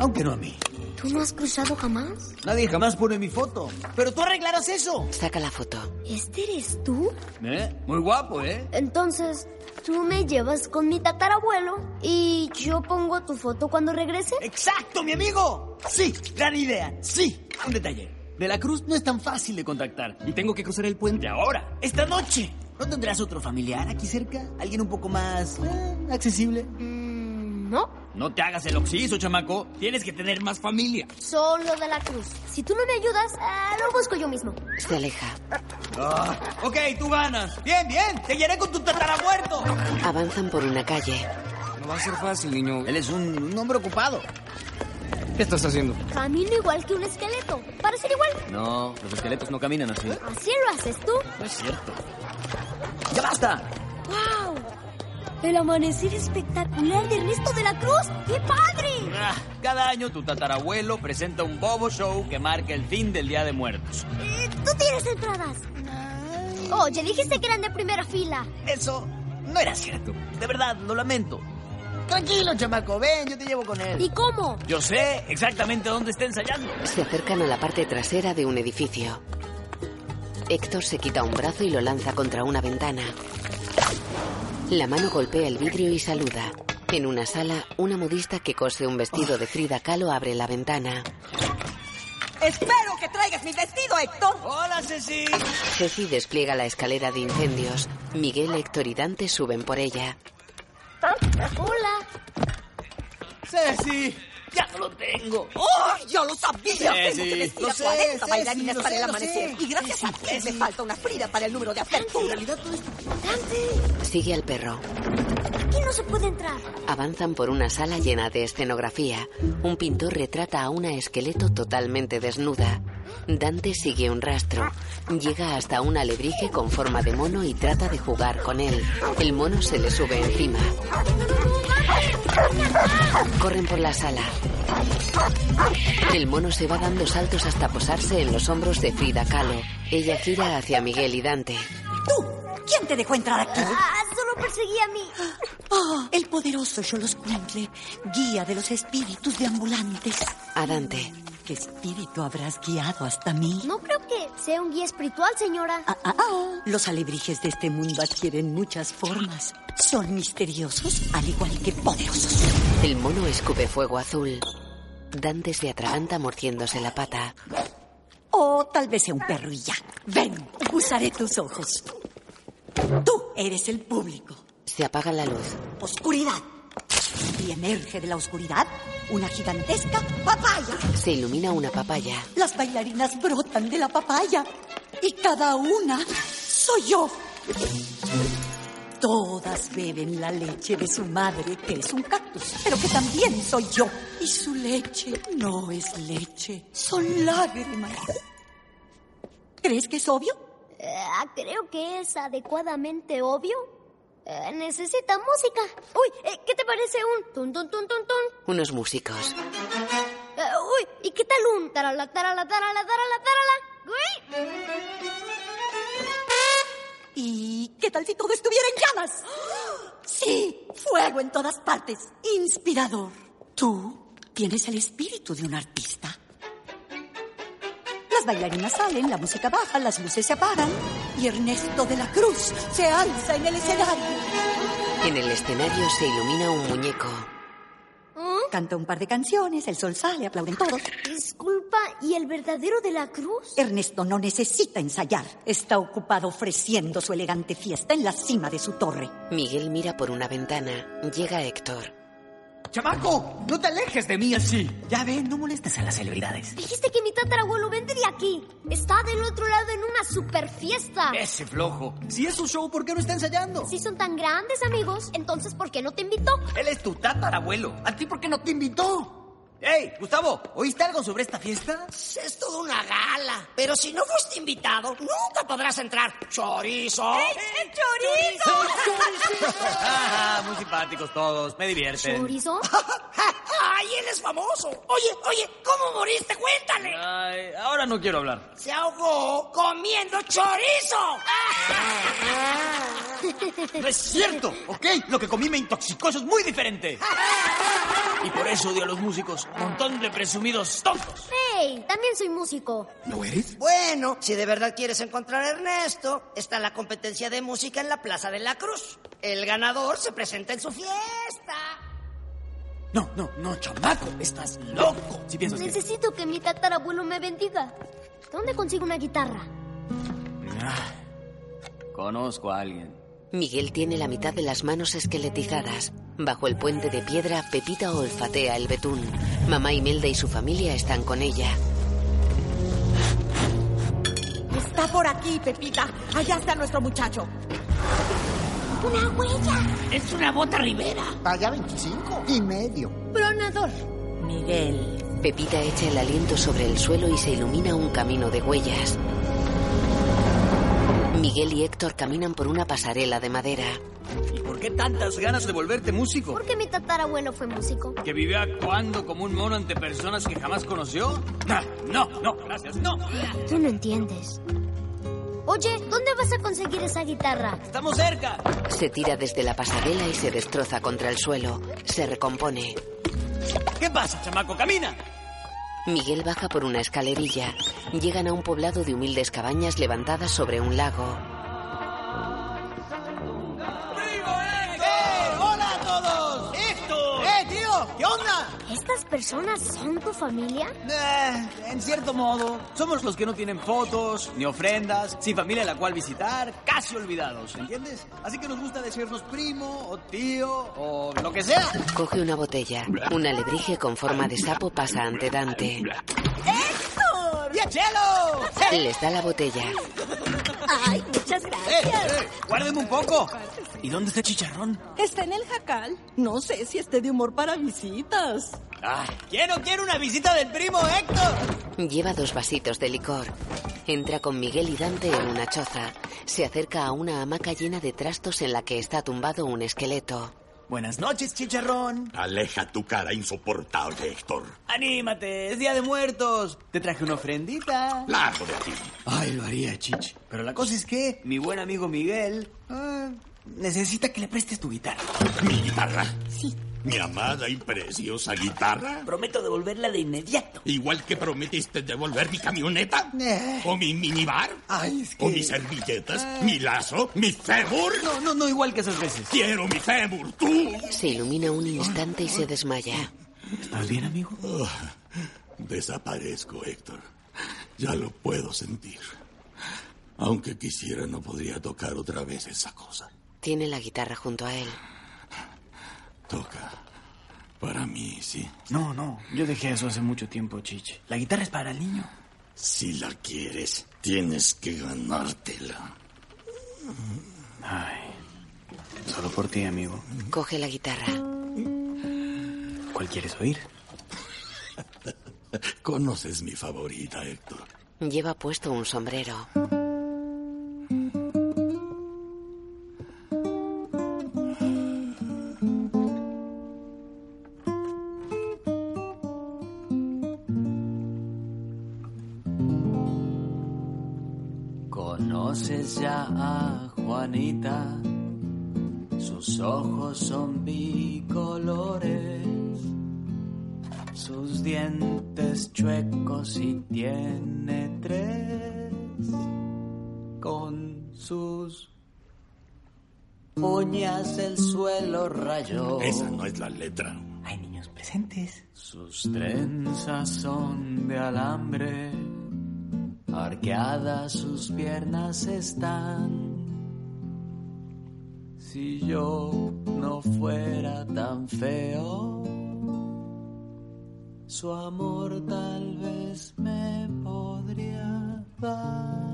Aunque no a mí. ¿Tú no has cruzado jamás? Nadie jamás pone mi foto. Pero tú arreglarás eso. Saca la foto. ¿Este eres tú? ¿Eh? Muy guapo, ¿eh? Entonces, tú me llevas con mi tatarabuelo y yo pongo tu foto cuando regrese. ¡Exacto, mi amigo! Sí, gran idea. Sí. Un detalle. De la Cruz no es tan fácil de contactar. Y tengo que cruzar el puente ahora. Esta noche. ¿No tendrás otro familiar aquí cerca? ¿Alguien un poco más... eh, accesible? Mm, No, No te hagas el oxiso, chamaco. Tienes que tener más familia. solo de la cruz. Si tú no me ayudas, ah, lo busco yo mismo. Se aleja. Ah, ok, tú ganas. Bien, bien. Te guiaré con tu tataramuerto. Avanzan por una calle. No va a ser fácil, niño. Él es un, hombre ocupado. ¿Qué estás haciendo? Camino igual que un esqueleto. Parece igual. No, los esqueletos no caminan así. Así lo haces tú. No es cierto. ¡Ya basta! ¡Wow! El amanecer espectacular de Ernesto de la Cruz. ¡Qué padre! Ah, Cada año tu tatarabuelo presenta un bobo show que marca el fin del Día de Muertos. Tú tienes entradas. Oye, dijiste que eran de primera fila. Eso no era cierto. De verdad, lo lamento. Tranquilo, chamaco. Ven, yo te llevo con él. ¿Y cómo? Yo sé exactamente dónde está ensayando. Se acercan a la parte trasera de un edificio. Héctor se quita un brazo y lo lanza contra una ventana. La mano golpea el vidrio y saluda. En una sala, una modista que cose un vestido de Frida Kahlo abre la ventana. Espero que traigas mi vestido, Héctor. Hola, Ceci. Ceci despliega la escalera de incendios. Miguel, Héctor y Dante suben por ella. Ah, Hola. Ceci, ya no lo tengo. ¡Oh, yo lo sabía! Sí, Tengo sí. que vestir Lo a sé, 40 sí, bailarinas sí, lo para sé, el lo amanecer. sé. Y gracias a ti Pues me falta una Frida para el número de apertura. Sigue al perro. Aquí no se puede entrar. Avanzan por una sala llena de escenografía. Un pintor retrata a una esqueleto totalmente desnuda. Dante sigue un rastro. Llega hasta un alebrije con forma de mono y trata de jugar con él. El mono se le sube encima. Corren por la sala. El mono se va dando saltos hasta posarse en los hombros de Frida Kahlo. Ella gira hacia Miguel y Dante. ¿Quién te dejó entrar aquí? Ah, solo perseguí a mí. Ah, el poderoso Xoloscuintle, guía de los espíritus deambulantes. A Dante. ¿Qué espíritu habrás guiado hasta mí? No creo que sea un guía espiritual, señora. Ah, ah, ah. Los alebrijes de este mundo adquieren muchas formas. Son misteriosos, al igual que poderosos. El mono escupe fuego azul. Dante se atraganta mordiéndose la pata. O tal vez sea un perro y ya. Ven, usaré tus ojos. Tú eres el público. Se apaga la luz. Oscuridad. Y emerge de la oscuridad una gigantesca papaya. Se ilumina una papaya. Las bailarinas brotan de la papaya. Y cada una soy yo. Todas beben la leche de su madre, que es un cactus, pero que también soy yo. Y su leche no es leche, son lágrimas. ¿Crees que es obvio? Ah, creo que es adecuadamente obvio. Eh, necesita música. Uy, eh, ¿qué te parece un tun tun tun tun tun? Unos músicos. Eh, uy, ¿y qué tal un tarala tarala tarala tarala tarala? Uy. ¿Y qué tal si todo estuviera en llamas? Sí, fuego en todas partes, inspirador. Tú tienes el espíritu de un artista. Las bailarinas salen, la música baja, las luces se apagan y Ernesto de la Cruz se alza en el escenario. En el escenario se ilumina un muñeco. ¿Mm? Canta un par de canciones, el sol sale, aplauden todos. Disculpa, ¿y el verdadero de la cruz? Ernesto no necesita ensayar. Está ocupado ofreciendo su elegante fiesta en la cima de su torre. Miguel mira por una ventana. Llega Héctor. ¡Chamaco! ¡No te alejes de mí así! Ya ven, no molestes a las celebridades. Dijiste que mi tatarabuelo vendría aquí. Está del otro lado en una super fiesta. Ese flojo. Si es su show, ¿por qué no está ensayando? Si son tan grandes amigos, entonces ¿por qué no te invitó? Él es tu tatarabuelo. ¿A ti por qué no te invitó? ¡Ey, Gustavo! ¿Oíste algo sobre esta fiesta? Pues Es toda una gala. Pero si no fuiste invitado, nunca podrás entrar. ¡Chorizo! ¡Eh, Ah, muy simpáticos todos. Me divierten. ¿Chorizo? ¡Ay, él es famoso! Oye, oye, ¿cómo moriste? ¡Cuéntale! Ay, ah. ahora no quiero hablar. Se ahogó comiendo chorizo. ¡No es cierto! ¿Ok? Lo que comí me intoxicó, eso es muy diferente. Y por eso odio a los músicos. Montón de presumidos tontos. ¡Hey! También soy músico. ¿No eres? Bueno, si de verdad quieres encontrar a Ernesto, está la competencia de música en la Plaza de la Cruz. El ganador se presenta en su fiesta. No, no, no, chamaco. Estás loco. Si piensas que... Necesito que mi tatarabuelo me bendiga. ¿Dónde consigo una guitarra? Ah, Conozco a alguien. Miguel tiene la mitad de las manos esqueletizadas. Bajo el puente de piedra, Pepita olfatea el betún. Mamá Imelda y su familia están con ella. Está por aquí, Pepita. Allá está nuestro muchacho. ¡Una huella! Es una bota ribera. Allá 25 y medio. Pronador. Miguel. Pepita echa el aliento sobre el suelo y se ilumina un camino de huellas. Miguel y Héctor caminan por una pasarela de madera. ¿Y por qué tantas ganas de volverte músico? Porque mi tatarabuelo fue músico. ¿Que vivió actuando como un mono ante personas que jamás conoció? Ah, No, no, gracias, no. Tú no entiendes. Oye, ¿dónde vas a conseguir esa guitarra? ¡Estamos cerca! Se tira desde la pasarela y se destroza contra el suelo. Se recompone. ¿Qué pasa, chamaco? ¡Camina! Miguel baja por una escalerilla. Llegan a un poblado de humildes cabañas levantadas sobre un lago. ¡Eh! ¡Hola a todos! ¡Esto! ¡Eh, tío! ¿Qué onda? ¿Estas personas son tu familia? Eh, en cierto modo, somos los que no tienen fotos, ni ofrendas, sin familia a la cual visitar, casi olvidados, ¿entiendes? Así que nos gusta decirnos primo, o tío, o lo que sea. Coge una botella. Un alebrije con forma de sapo pasa ante Dante. ¡Héctor! ¡Y a Chelo! Les da la botella. Ay, muchas ¡Eh, eh! ¡Guárdenme un poco! ¿Y dónde está Chicharrón? Está en el jacal. No sé si esté de humor para visitas. ¡Ah! ¡Quiero, quiero una visita del primo Héctor! Lleva dos vasitos de licor. Entra con Miguel y Dante en una choza. Se acerca a una hamaca llena de trastos en la que está tumbado un esqueleto. Buenas noches, Chicharrón. Aleja tu cara insoportable, Héctor. ¡Anímate! ¡Es Día de Muertos! Te traje una ofrendita. Largo de aquí. Ay, lo haría, Chich. Pero la cosa es que mi buen amigo Miguel ah, necesita que le prestes tu guitarra. ¿Mi guitarra? Sí. Mi amada y preciosa guitarra. Prometo devolverla de inmediato. Igual que prometiste devolver mi camioneta. Eh. O mi minibar. Ay, es que- Ah. O mis servilletas. Mi lazo. Mi fémur. No, no, no, igual que esas veces. Quiero mi fémur. Tú. Se ilumina un instante y se desmaya. ¿Estás bien, amigo? Ah, Desaparezco, Héctor. Ya lo puedo sentir. Aunque quisiera, no podría tocar otra vez esa cosa. Tiene la guitarra junto a él. Toca. Para mí, sí. No, no. Yo dejé eso hace mucho tiempo, Chich. La guitarra es para el niño. Si la quieres, tienes que ganártela. Ay. Solo por ti, amigo. Coge la guitarra. ¿Cuál quieres oír? Conoces mi favorita, Héctor. Lleva puesto un sombrero. Conoces ya a Juanita, sus ojos son bicolores, sus dientes chuecos y tiene tres, con sus uñas el suelo rayó. Esa no es la letra. Hay niños presentes. Sus trenzas son de alambre, arqueadas sus piernas están. Si yo no fuera tan feo, su amor tal vez me podría dar.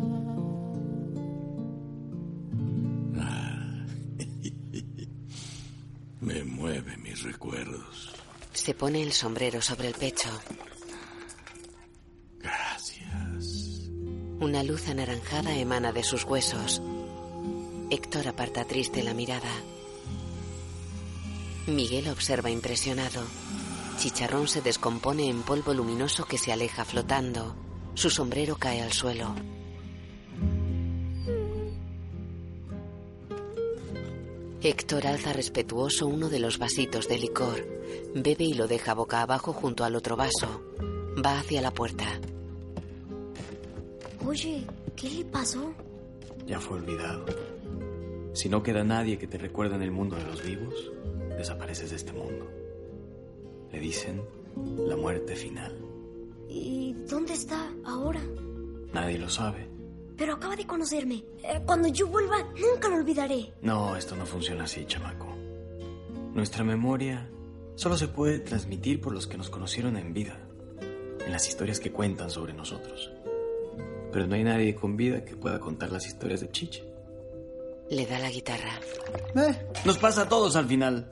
Me mueve mis recuerdos. Se pone el sombrero sobre el pecho. Gracias. Una luz anaranjada emana de sus huesos. Héctor aparta triste la mirada. Miguel observa impresionado. Chicharrón se descompone en polvo luminoso que se aleja flotando. Su sombrero cae al suelo. Héctor alza respetuoso uno de los vasitos de licor, bebe y lo deja boca abajo junto al otro vaso. Va hacia la puerta. Oye, ¿qué le pasó? Ya fue olvidado. Si no queda nadie que te recuerde en el mundo de los vivos, desapareces de este mundo. Le dicen la muerte final. ¿Y dónde está ahora? Nadie lo sabe. Pero acaba de conocerme. Eh, cuando yo vuelva, nunca lo olvidaré. No, esto no funciona así, chamaco. Nuestra memoria solo se puede transmitir por los que nos conocieron en vida, en las historias que cuentan sobre nosotros. Pero no hay nadie con vida que pueda contar las historias de Chiche. Le da la guitarra. Eh, nos pasa a todos al final.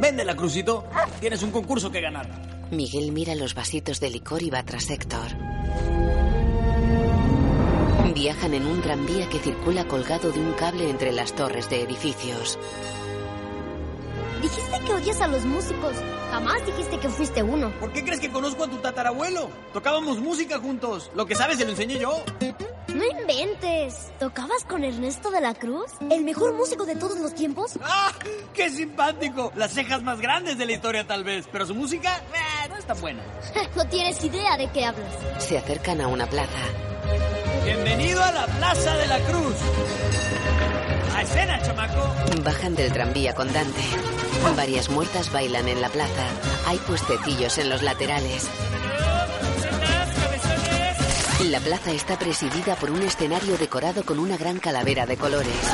Vende la crucito. Tienes un concurso que ganar. Miguel mira los vasitos de licor y va tras Héctor. Viajan en un tranvía que circula colgado de un cable entre las torres de edificios. Dijiste que odias a los músicos. Jamás dijiste que fuiste uno. ¿Por qué crees que conozco a tu tatarabuelo? Tocábamos música juntos. Lo que sabes se lo enseñé yo. No inventes. ¿Tocabas con Ernesto de la Cruz? ¿El mejor músico de todos los tiempos? ¡Ah! ¡Qué simpático! Las cejas más grandes de la historia, tal vez. Pero su música eh, no está buena. no tienes idea de qué hablas. Se acercan a una plaza. Bienvenido a la Plaza de la Cruz. A escena, chamaco. Bajan del tranvía con Dante. Varias muertas bailan en la plaza. Hay puestecillos en los laterales. La plaza está presidida por un escenario decorado con una gran calavera de colores.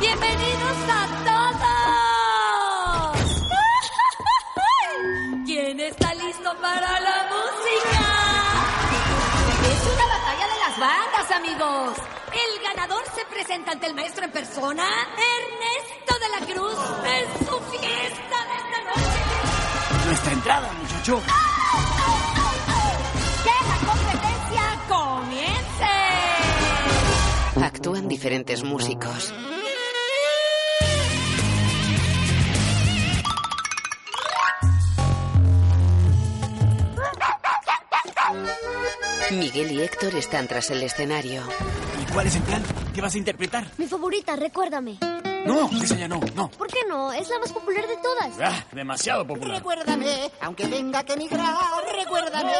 ¡Bienvenidos a todos! ¿Quién está listo para la música? Es una batalla de las bandas, amigos. El ganador se presenta ante el maestro en persona, Ernesto de la Cruz, en su fiesta de esta noche. Nuestra entrada, muchacho. ¡Que la competencia comience! Actúan diferentes músicos. Miguel y Héctor están tras el escenario. ¿Y cuál es el plan? ¿Qué vas a interpretar? Mi favorita, recuérdame. No, esa ya no, no. ¿Por qué no? Es la más popular de todas. Ah, demasiado popular. Recuérdame, aunque tenga que emigrar, recuérdame.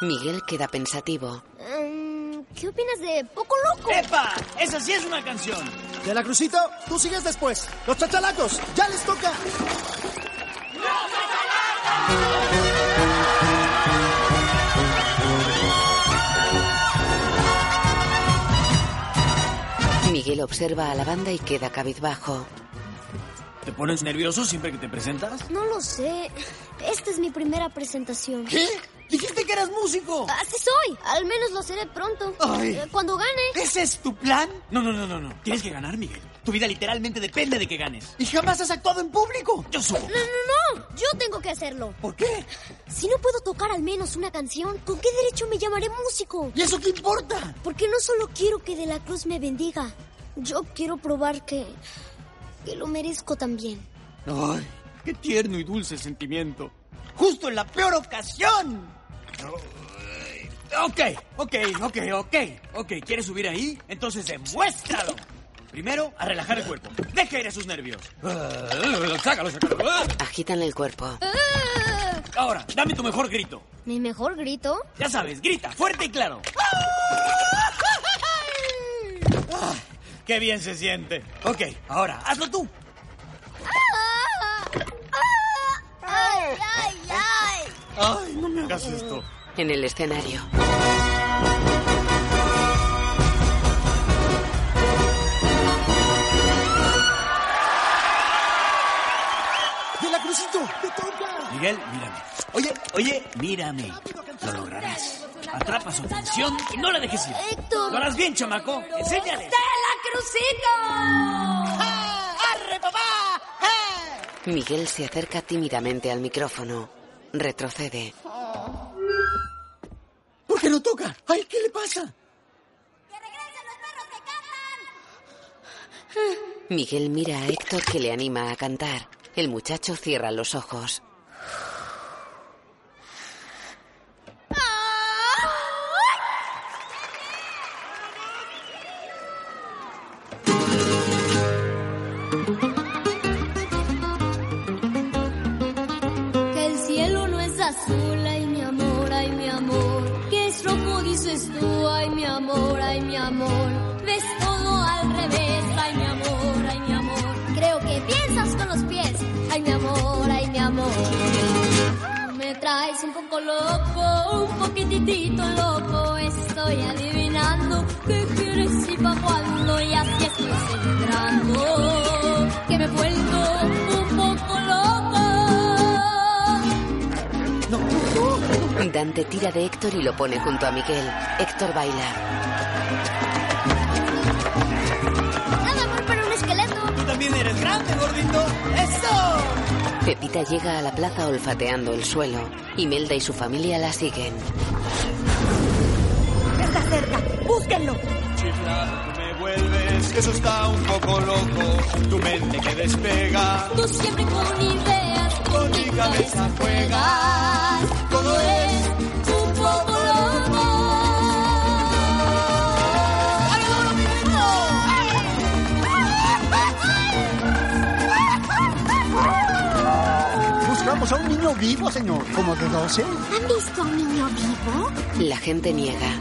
Miguel queda pensativo. Mm, ¿Qué opinas de Poco Loco? ¡Epa! Esa sí es una canción. De la crucito, tú sigues después. Pues, Los chachalacos, ya les toca. Miguel observa a la banda y queda cabizbajo. ¿Te pones nervioso siempre que te presentas? No lo sé. Esta es mi primera presentación. ¿Qué? Dijiste que eras músico. Así soy. Al menos lo seré pronto. Ay. Eh, Cuando gane. ¿Ese es tu plan? No, no, no, no, no. Tienes que ganar, Miguel. Tu vida literalmente depende de que ganes. ¿Y jamás has actuado en público? Yo subo. No, no, no. Yo tengo que hacerlo. ¿Por qué? Si no puedo tocar al menos una canción, ¿con qué derecho me llamaré músico? ¿Y eso qué importa? Porque no solo quiero que De la Cruz me bendiga. Yo quiero probar que. que lo merezco también. Ay, qué tierno y dulce sentimiento. Justo en la peor ocasión. Ay. Ok, ok, ok, ok, ok. ¿Quieres subir ahí? Entonces demuéstralo. Primero, a relajar el cuerpo. Deja ir a sus nervios. Ah, Sácalo, sácalo. Ah. Agitan el cuerpo. Ahora, dame tu mejor grito. Mi mejor grito. Ya sabes, grita fuerte y claro. Ah, ¡Qué bien se siente! Ok, ahora, hazlo tú. ¡Ay, ay, ay! ¡Ay, no me hagas esto! En el escenario, De la crucito, te toca. Miguel, mírame. Oye, oye, mírame. Lo lograrás. Atrapa su atención y no la dejes ir. Héctor. Lo harás bien, chamaco. Enséñale. ¡De la Crucito! ¡Arre, papá! ¡Eh! Miguel se acerca tímidamente al micrófono. Retrocede. ¿Por qué no toca? ¡Ay, qué le pasa! Miguel mira a Héctor que le anima a cantar. El muchacho cierra los ojos. es un poco loco, un poquitito loco. Estoy adivinando qué quieres y pa' cuándo. Y así estoy celebrando que me he vuelto un poco loco. Dante tira de Héctor y lo pone junto a Miguel. Héctor baila. Nada más para un esqueleto. Tú también eres grande, gordito. ¡Eso! Pepita llega a la plaza olfateando el suelo. Imelda y su familia la siguen. Está cerca. Búsquenlo. Chiflado, me vuelves, eso está un poco loco. Tu mente que despega, Tú siempre con ideas, con mi cabeza juegas. Todo es un poco loco. Buscamos a un niño vivo, señor. Como de 12. ¿Han visto a un niño vivo? La gente niega.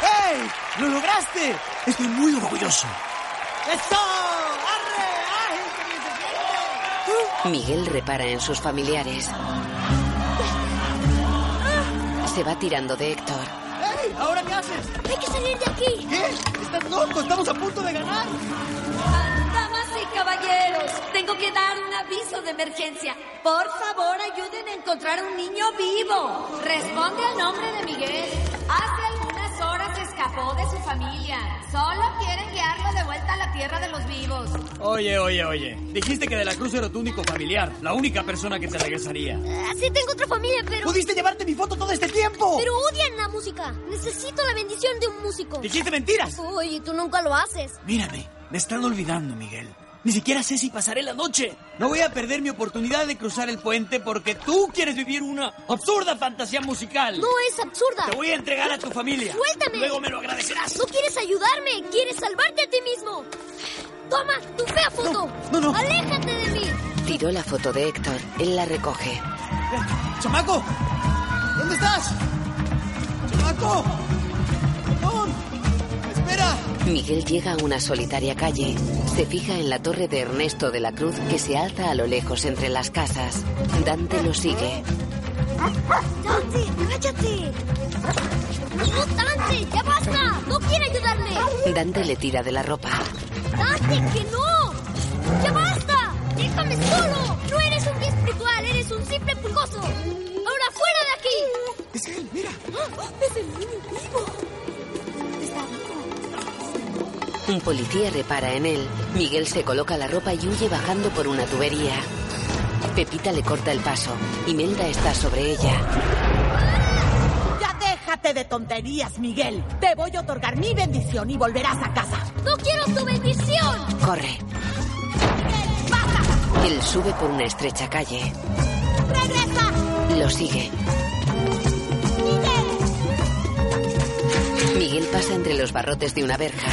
¡Hey! ¡Lo lograste! Estoy muy orgulloso. ¡Eso! Miguel repara en sus familiares. Se va tirando de Héctor. ¡Ey! ¿Ahora qué haces? Hay que salir de aquí. ¿Qué? ¡Estás loco! ¡Estamos a punto de ganar! Damas y caballeros, tengo que dar un aviso de emergencia. Por favor, ayuden a encontrar un niño vivo. Responde al nombre de Miguel. Hace algunas horas se escapó de su familia. Solo quieren guiarlo de vuelta a la tierra de los vivos. Oye, oye, oye. Dijiste que de la cruz era tu único familiar, la única persona que te regresaría. Ah, sí, tengo otra familia, pero. ¡Pudiste llevarte mi foto todo este tiempo! Pero odian la música. Necesito la bendición de un músico. ¡Dijiste mentiras! Uy, tú nunca lo haces. Mírame, me están olvidando, Miguel. Ni siquiera sé si pasaré la noche. No voy a perder mi oportunidad de cruzar el puente porque tú quieres vivir una absurda fantasía musical. No es absurda. Te voy a entregar a tu familia. ¡Suéltame! Luego me lo agradecerás. No quieres ayudarme, quieres salvarte a ti mismo. Toma tu fea foto. No, no, no. Aléjate de mí. Tiró la foto de Héctor. Él la recoge. ¡Chamaco! ¿Dónde estás? ¡Chamaco! ¡Ramón! ¡Espera! Miguel llega a una solitaria calle. Se fija en la torre de Ernesto de la Cruz que se alza a lo lejos entre las casas. Dante lo sigue. Dante, cállate. No, Dante, ya basta. No quiere ayudarme. Dante le tira de la ropa. Dante, que no. Ya basta. Déjame solo. No eres un guía espiritual, eres un simple pulgoso. Ahora fuera de aquí. ¡Ah! Es él, mira. Es el niño vivo. Un policía repara en él. Miguel se coloca la ropa y huye bajando por una tubería. Pepita le corta el paso. Imelda está sobre ella. Ya déjate de tonterías, Miguel. Te voy a otorgar mi bendición y volverás a casa. No quiero tu bendición. Corre. Él sube por una estrecha calle. Regresa. Lo sigue. Miguel pasa entre los barrotes de una verja.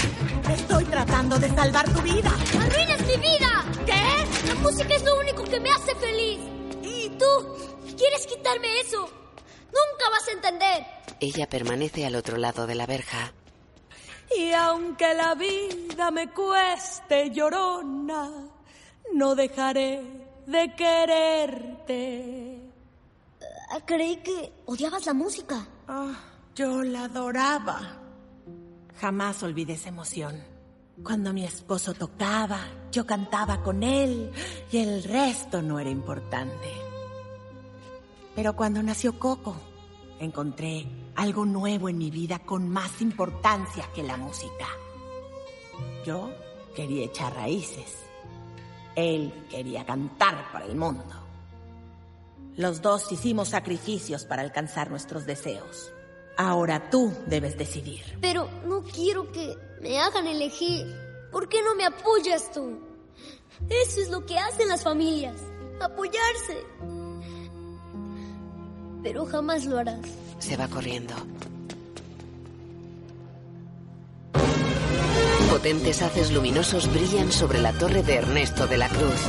Estoy tratando de salvar tu vida. ¡Arruinas mi vida! ¿Qué? La música es lo único que me hace feliz. Y tú quieres quitarme eso. Nunca vas a entender. Ella permanece al otro lado de la verja. Y aunque la vida me cueste llorona, no dejaré de quererte. Ah, Creí que odiabas la música. Ah, Yo la adoraba. Jamás olvidé esa emoción. Cuando mi esposo tocaba, yo cantaba con él y el resto no era importante. Pero cuando nació Coco, encontré algo nuevo en mi vida con más importancia que la música. Yo quería echar raíces. Él quería cantar para el mundo. Los dos hicimos sacrificios para alcanzar nuestros deseos. Ahora tú debes decidir. Pero no quiero que me hagan elegir. ¿Por qué no me apoyas tú? Eso es lo que hacen las familias. Apoyarse. Pero jamás lo harás. Se va corriendo. Potentes haces luminosos brillan sobre la torre de Ernesto de la Cruz.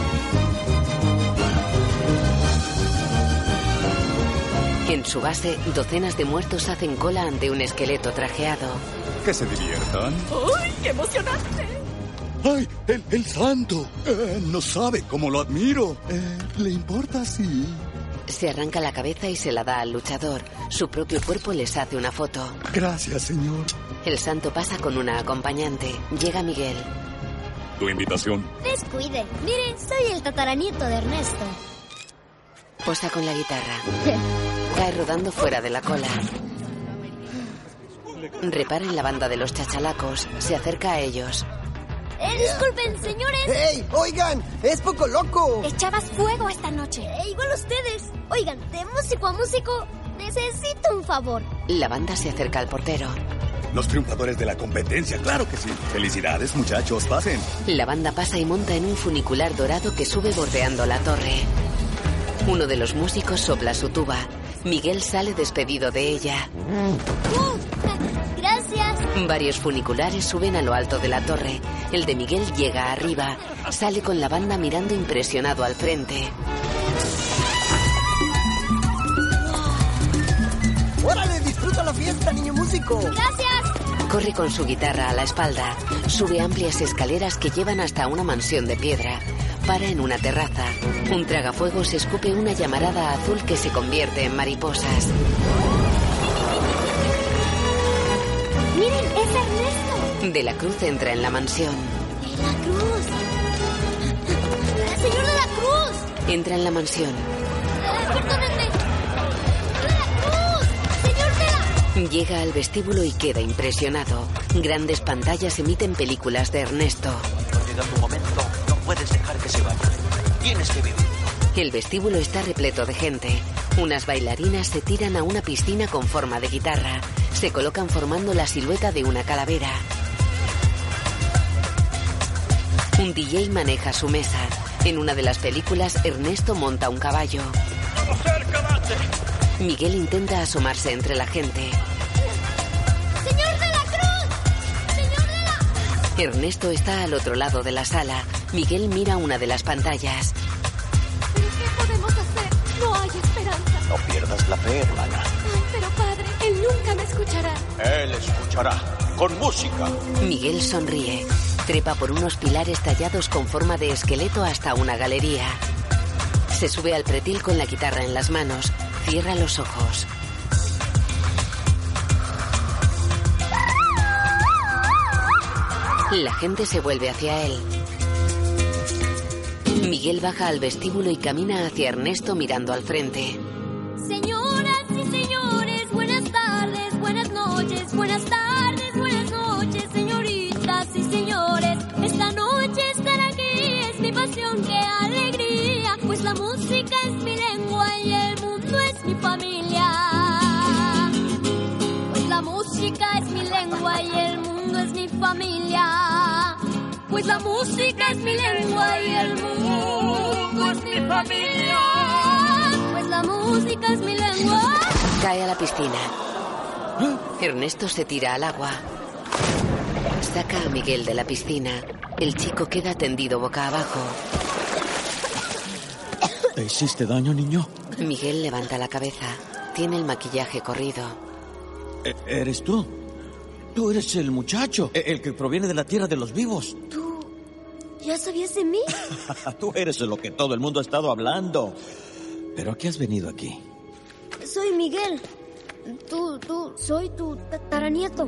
En su base, docenas de muertos hacen cola ante un esqueleto trajeado. Que se diviertan. ¡Uy, qué emocionante! ¡Ay, el, el santo! Eh, no sabe cómo lo admiro. Eh, ¿Le importa si...? Se arranca la cabeza y se la da al luchador. Su propio cuerpo les hace una foto. Gracias, señor. El santo pasa con una acompañante. Llega Miguel. Tu invitación. Descuide. Miren, soy el tataranieto de Ernesto. Posa con la guitarra. Cae rodando fuera de la cola. Repara en la banda de los chachalacos. Se acerca a ellos. Eh, disculpen, señores. ¡Ey! ¡Oigan! ¡Es poco loco! Echabas fuego esta noche. Eh, igual ustedes. Oigan, de músico a músico, necesito un favor. La banda se acerca al portero. Los triunfadores de la competencia, claro que sí. Felicidades, muchachos, pasen. La banda pasa y monta en un funicular dorado que sube bordeando la torre. Uno de los músicos sopla su tuba. Miguel sale despedido de ella. Uh, Gracias. Varios funiculares suben a lo alto de la torre. El de Miguel llega arriba. Sale con la banda mirando impresionado al frente. ¡Órale! ¡Disfruta la fiesta, niño músico! Gracias. Corre con su guitarra a la espalda. Sube amplias escaleras que llevan hasta una mansión de piedra. Para en una terraza. Un tragafuegos escupe una llamarada azul que se convierte en mariposas. Miren, es Ernesto. De la Cruz entra en la mansión. De la Cruz. ¡El señor de la Cruz! Entra en la mansión. ¡Ah, perdónenme! ¡De la Cruz! ¡Señor de la... Llega al vestíbulo y queda impresionado. Grandes pantallas emiten películas de Ernesto. Cuando llega tu momento, no puedes dejar que se vaya. Tienes que vivir. El vestíbulo está repleto de gente. Unas bailarinas se tiran a una piscina con forma de guitarra. Se colocan formando la silueta de una calavera. Un DJ maneja su mesa. En una de las películas, Ernesto monta un caballo. ¡Vamos cerca, mate! Miguel intenta asomarse entre la gente. ¡Señor de la Cruz! ¡Señor de la... Ernesto está al otro lado de la sala. Miguel mira una de las pantallas. ¿Pero qué podemos hacer? No hay esperanza. No pierdas la fe, hermana. Ay, pero padre, él nunca me escuchará. Él escuchará. Con música. Miguel sonríe. Trepa por unos pilares tallados con forma de esqueleto hasta una galería. Se sube al pretil con la guitarra en las manos. Cierra los ojos. La gente se vuelve hacia él. Miguel baja al vestíbulo y camina hacia Ernesto mirando al frente. Señoras y señores, buenas tardes, buenas noches, buenas tardes, buenas noches, señoritas y señores. Esta noche estar aquí es mi pasión, qué alegría, pues la música es mi lengua y el mundo es mi familia. Pues la música es mi lengua y el mundo es mi familia. Pues la música es mi lengua y el mundo es mi familia. Pues la música es mi lengua. Cae a la piscina. Ernesto se tira al agua. Saca a Miguel de la piscina. El chico queda tendido boca abajo. ¿Te hiciste daño, niño? Miguel levanta la cabeza. Tiene el maquillaje corrido. E- ¿Eres tú? Tú eres el muchacho, e- el que proviene de la tierra de los vivos. ¿Ya sabías de mí? Tú eres lo que todo el mundo ha estado hablando. ¿Pero a qué has venido aquí? Soy Miguel. Tú, tú, soy tu tataranieto.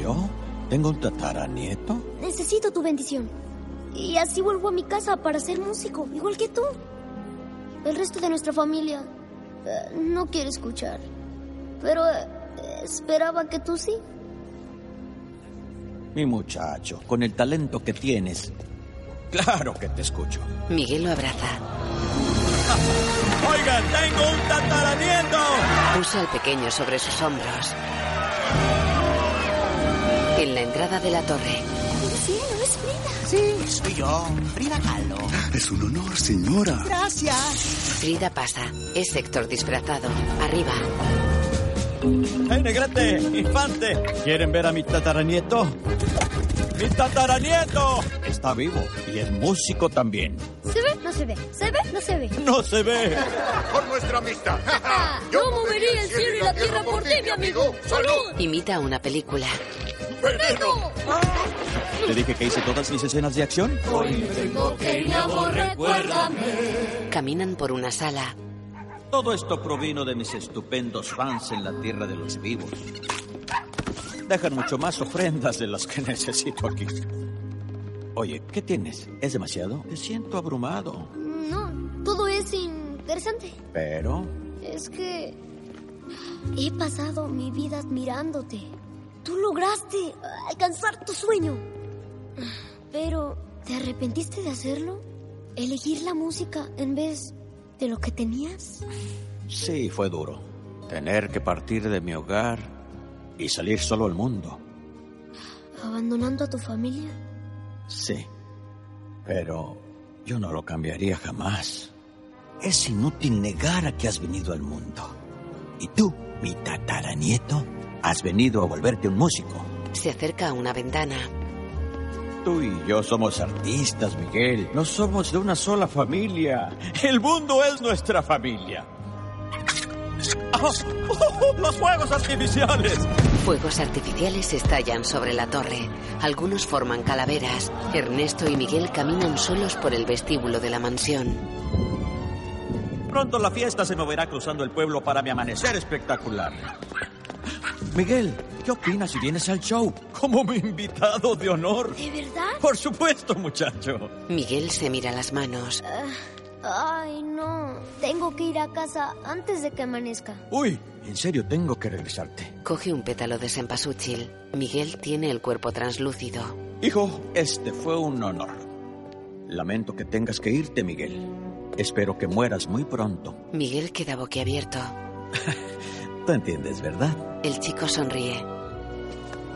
¿Yo? ¿Tengo un tataranieto? Necesito tu bendición. Y así vuelvo a mi casa para ser músico, igual que tú. El resto de nuestra familia eh, no quiere escuchar. Pero eh, esperaba que tú sí. Mi muchacho, con el talento que tienes. Claro que te escucho. Miguel lo abraza. Oigan, tengo un tataraniendo. Puso al pequeño sobre sus hombros. En la entrada de la torre, Sí, no es Frida. Sí, soy yo, Frida Kahlo. Ah, Es un honor, señora. Gracias. Frida pasa. Es Héctor disfrazado. Arriba. ¡Hey, negrete! ¡Infante! ¿Quieren ver a mi tataranieto? ¡Mi tataranieto! Está vivo y es músico también. Se ve, no se ve. Se ve, no se ve. ¡No se ve! Por nuestra amistad. Ah, Yo movería el cielo y la tierra por ti, mi amigo. ¡Salud! Imita una película. ¡Veneno! ¿Te dije que hice todas mis escenas de acción? Tengo que ir, mi amor, recuérdame. Caminan por una sala. Todo esto provino de mis estupendos fans en la tierra de los vivos. Dejan mucho más ofrendas de las que necesito aquí. Oye, ¿qué tienes? ¿Es demasiado? Me siento abrumado. No, todo es interesante. Pero Es que he pasado mi vida admirándote. Tú lograste eh, alcanzar tu sueño. Pero, ¿te arrepentiste de hacerlo? ¿Elegir la música en vez de lo que tenías? sí, fue duro. Tener que partir de mi hogar y salir solo al mundo. ¿Abandonando a tu familia? Sí. Pero yo no lo cambiaría jamás. Es inútil negar a que has venido al mundo. Y tú, mi tataranieto, has venido a volverte un músico. Se acerca a una ventana. Tú y yo somos artistas, Miguel. No somos de una sola familia. El mundo es nuestra familia. ¡Los fuegos artificiales! Fuegos artificiales estallan sobre la torre. Algunos forman calaveras. Ernesto y Miguel caminan solos por el vestíbulo de la mansión. Pronto la fiesta se moverá cruzando el pueblo para mi amanecer espectacular. Miguel, ¿qué opinas si vienes al show? Como mi invitado de honor. ¿De verdad? Por supuesto, muchacho. Miguel se mira las manos. Ay, no. Tengo que ir a casa antes de que amanezca. Uy, en serio, tengo que regresarte. Coge un pétalo de cempasúchil. Miguel tiene el cuerpo translúcido. Hijo, este fue un honor. Lamento que tengas que irte, Miguel. Espero que mueras muy pronto. Miguel queda boquiabierto. Tú entiendes, ¿verdad? El chico sonríe.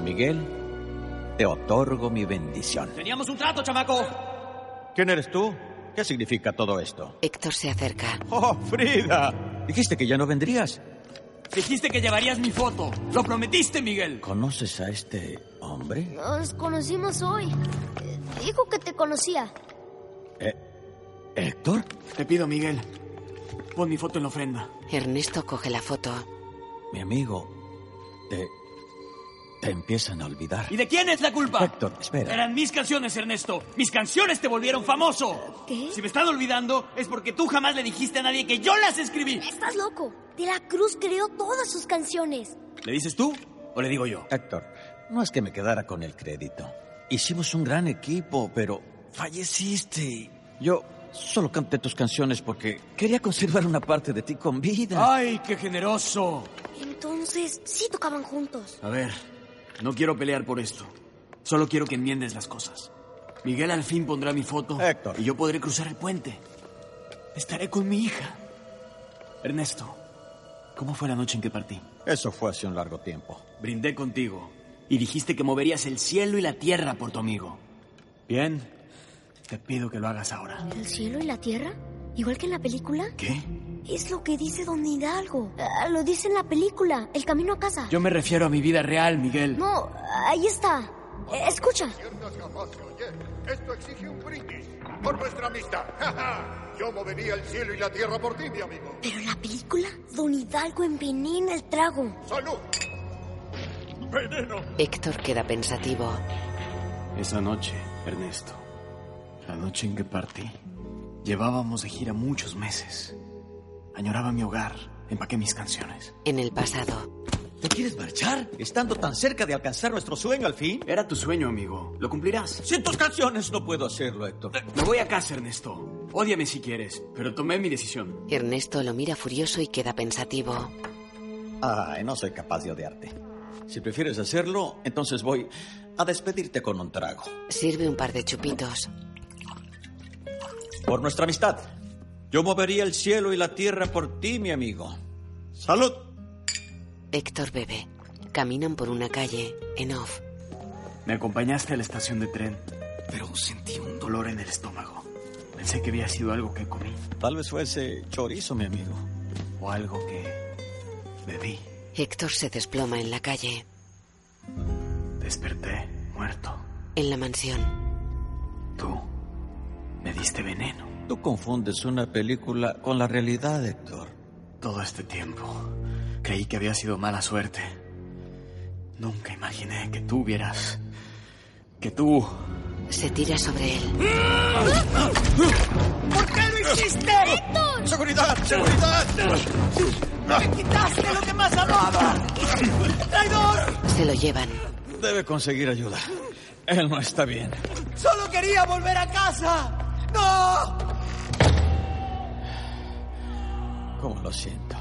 Miguel, te otorgo mi bendición. Teníamos un trato, chamaco. ¿Quién eres tú? ¿Qué significa todo esto? Héctor se acerca. ¡Oh, Frida! Dijiste que ya no vendrías. Dijiste que llevarías mi foto. Lo prometiste, Miguel. ¿Conoces a este hombre? Nos conocimos hoy. Eh, Dijo que te conocía. ¿Héctor? Te pido, Miguel. Pon mi foto en la ofrenda. Ernesto coge la foto. Mi amigo, te. te empiezan a olvidar. ¿Y de quién es la culpa? Héctor, espera. Eran mis canciones, Ernesto. Mis canciones te volvieron famoso. ¿Qué? Si me están olvidando, es porque tú jamás le dijiste a nadie que yo las escribí. Estás loco. De la Cruz creó todas sus canciones. ¿Le dices tú o le digo yo? Héctor, no es que me quedara con el crédito. Hicimos un gran equipo, pero falleciste. Yo solo canté tus canciones porque quería conservar una parte de ti con vida. ¡Ay, qué generoso! Entonces, sí tocaban juntos. A ver, no quiero pelear por esto. Solo quiero que enmiendes las cosas. Miguel al fin pondrá mi foto. Héctor. Y yo podré cruzar el puente. Estaré con mi hija. Ernesto, ¿cómo fue la noche en que partí? Eso fue hace un largo tiempo. Brindé contigo y dijiste que moverías el cielo y la tierra por tu amigo. Bien, te pido que lo hagas ahora. ¿El cielo y la tierra? ¿Igual que en la película? ¿Qué? Es lo que dice Don Hidalgo. Ah, lo dice en la película, El camino a casa. Yo me refiero a mi vida real, Miguel. No, ahí está. Eh, Escucha. Ciertas gafas que oye, Esto exige un brindis por nuestra amistad. ¡Ja, ja! Yo movería el cielo y la tierra por ti, mi amigo. Pero en la película, Don Hidalgo envenena el trago. ¡Salud! ¡Veneno! Héctor queda pensativo. Esa noche, Ernesto, la noche en que partí, llevábamos de gira muchos meses. Añoraba mi hogar, empaqué mis canciones. En el pasado, ¿Te quieres marchar? Estando tan cerca de alcanzar nuestro sueño al fin. Era tu sueño, amigo. Lo cumplirás. Sin tus canciones no puedo hacerlo, Héctor. Me voy a casa, Ernesto. Ódiame si quieres, pero tomé mi decisión. Ernesto lo mira furioso y queda pensativo. Ay, no soy capaz de odiarte. Si prefieres hacerlo, entonces voy a despedirte con un trago. Sirve un par de chupitos. Por nuestra amistad. Yo movería el cielo y la tierra por ti, mi amigo. ¡Salud! Héctor bebe. Caminan por una calle, en off. Me acompañaste a la estación de tren, pero sentí un dolor en el estómago. Pensé que había sido algo que comí Tal vez fuese chorizo, mi amigo. o algo que bebí. Héctor se desploma en la calle, Desperté muerto. en la mansión. Tú me diste veneno. Tú confundes una película con la realidad, Héctor. Todo este tiempo creí que había sido mala suerte. Nunca imaginé que tú hubieras... que tú... Se tira sobre él. ¿Por qué lo hiciste? ¡Héctor! ¡Seguridad! ¡Seguridad! ¡Me quitaste lo que más amaba! ¡Traidor! Se lo llevan. Debe conseguir ayuda. Él no está bien. ¡Solo quería volver a casa! ¡No! ¿Cómo lo siento?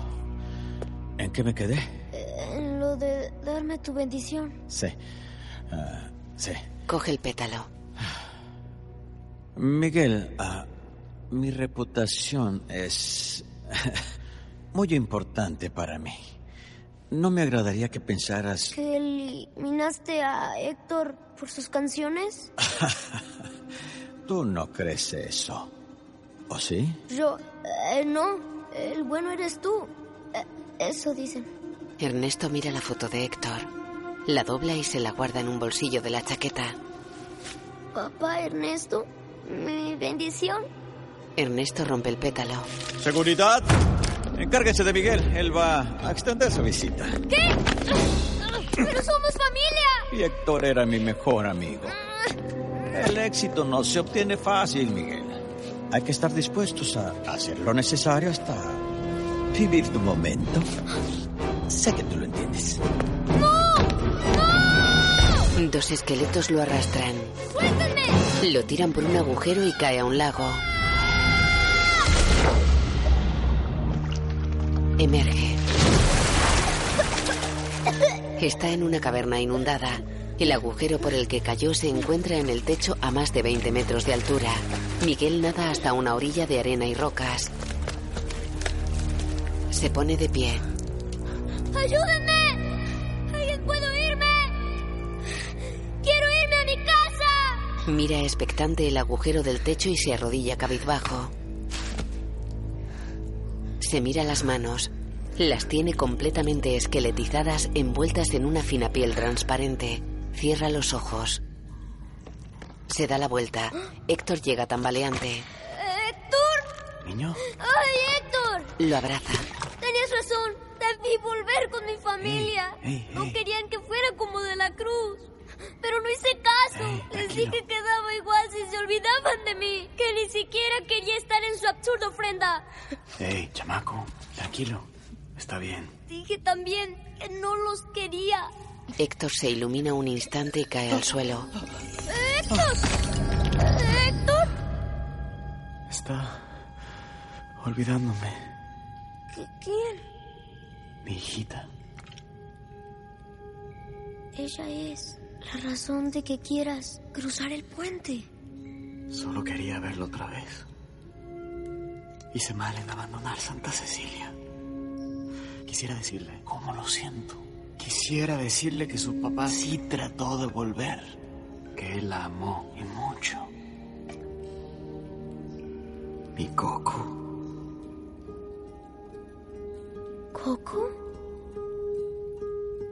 ¿En qué me quedé? En Eh, lo de darme tu bendición. Sí. Ah, sí. Coge el pétalo. Miguel, ah, mi reputación es muy importante para mí. No me agradaría que pensaras... ¿Que eliminaste a Héctor por sus canciones? Tú no crees eso. ¿O sí? Yo, eh, no. El bueno eres tú. Eh, eso dicen. Ernesto mira la foto de Héctor. La dobla y se la guarda en un bolsillo de la chaqueta. Papá Ernesto, mi bendición. Ernesto rompe el pétalo. Seguridad. Encárguense de Miguel. Él va a extender su visita. ¿Qué? ¡Pero somos familia! Y Héctor era mi mejor amigo. El éxito no se obtiene fácil, Miguel. Hay que estar dispuestos a hacer lo necesario hasta vivir tu momento. Sé que tú lo entiendes. Dos esqueletos lo arrastran. Lo tiran por un agujero y cae a un lago. Emerge. Está en una caverna inundada. El agujero por el que cayó se encuentra en el techo a más de 20 metros de altura. Miguel nada hasta una orilla de arena y rocas. Se pone de pie. ¡Ayúdenme! ¡Alguien puedo irme! ¡Quiero irme a mi casa! Mira expectante el agujero del techo y se arrodilla cabizbajo. Se mira las manos. Las tiene completamente esqueletizadas, envueltas en una fina piel transparente. Cierra los ojos. Se da la vuelta. Héctor llega tambaleante. Eh, ¡Héctor! Niño. ¡Ay, Héctor! Lo abraza. Tenías razón. Debí volver con mi familia. Ey, ey, No ey. querían que fuera como de la cruz. Pero no hice caso. Les dije que quedaba igual si se olvidaban de mí. Que ni siquiera quería estar en su absurda ofrenda. ¡Ey, chamaco! Tranquilo. Está bien. Dije también que no los quería. Héctor se ilumina un instante y cae al suelo. ¡Héctor! ¡Héctor! Está olvidándome. ¿Quién? Mi hijita. Ella es la razón de que quieras cruzar el puente. Solo quería verlo otra vez. Hice mal en abandonar Santa Cecilia. Quisiera decirle cómo lo siento. Quisiera decirle que su papá sí trató de volver. Que él la amó y mucho. Mi Coco. ¿Coco?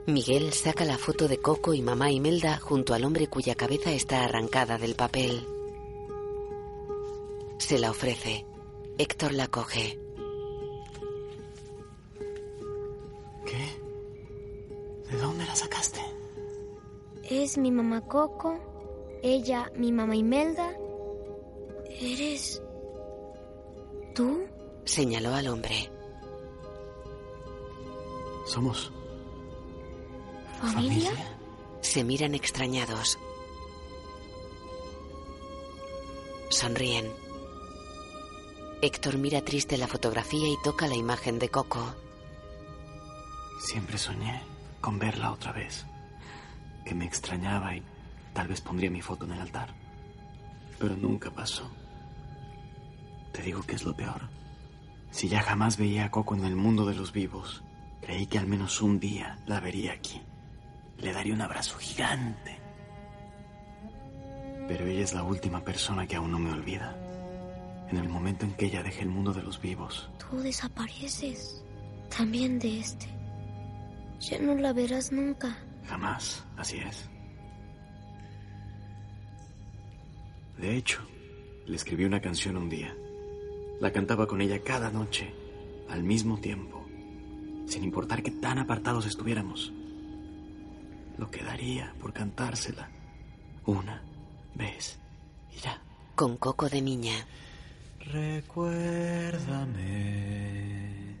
Miguel saca la foto de Coco y mamá Imelda junto al hombre cuya cabeza está arrancada del papel. Se la ofrece. Héctor la coge. ¿De dónde la sacaste? Es mi mamá Coco, ella mi mamá Imelda. ¿Eres tú? Señaló al hombre. Somos. ¿Familia? Se miran extrañados. Sonríen. Héctor mira triste la fotografía y toca la imagen de Coco. Siempre soñé con verla otra vez. Que me extrañaba y tal vez pondría mi foto en el altar. Pero nunca pasó. Te digo que es lo peor. Si ya jamás veía a Coco en el mundo de los vivos, creí que al menos un día la vería aquí. Le daría un abrazo gigante. Pero ella es la última persona que aún no me olvida. En el momento en que ella deje el mundo de los vivos, Tú desapareces también de este. Ya no la verás nunca. Jamás, así es. De hecho, le escribí una canción un día La cantaba con ella cada noche, al mismo tiempo, sin importar que tan apartados estuviéramos. Lo que daría por cantársela una vez y ya. Con coco de niña. Recuérdame,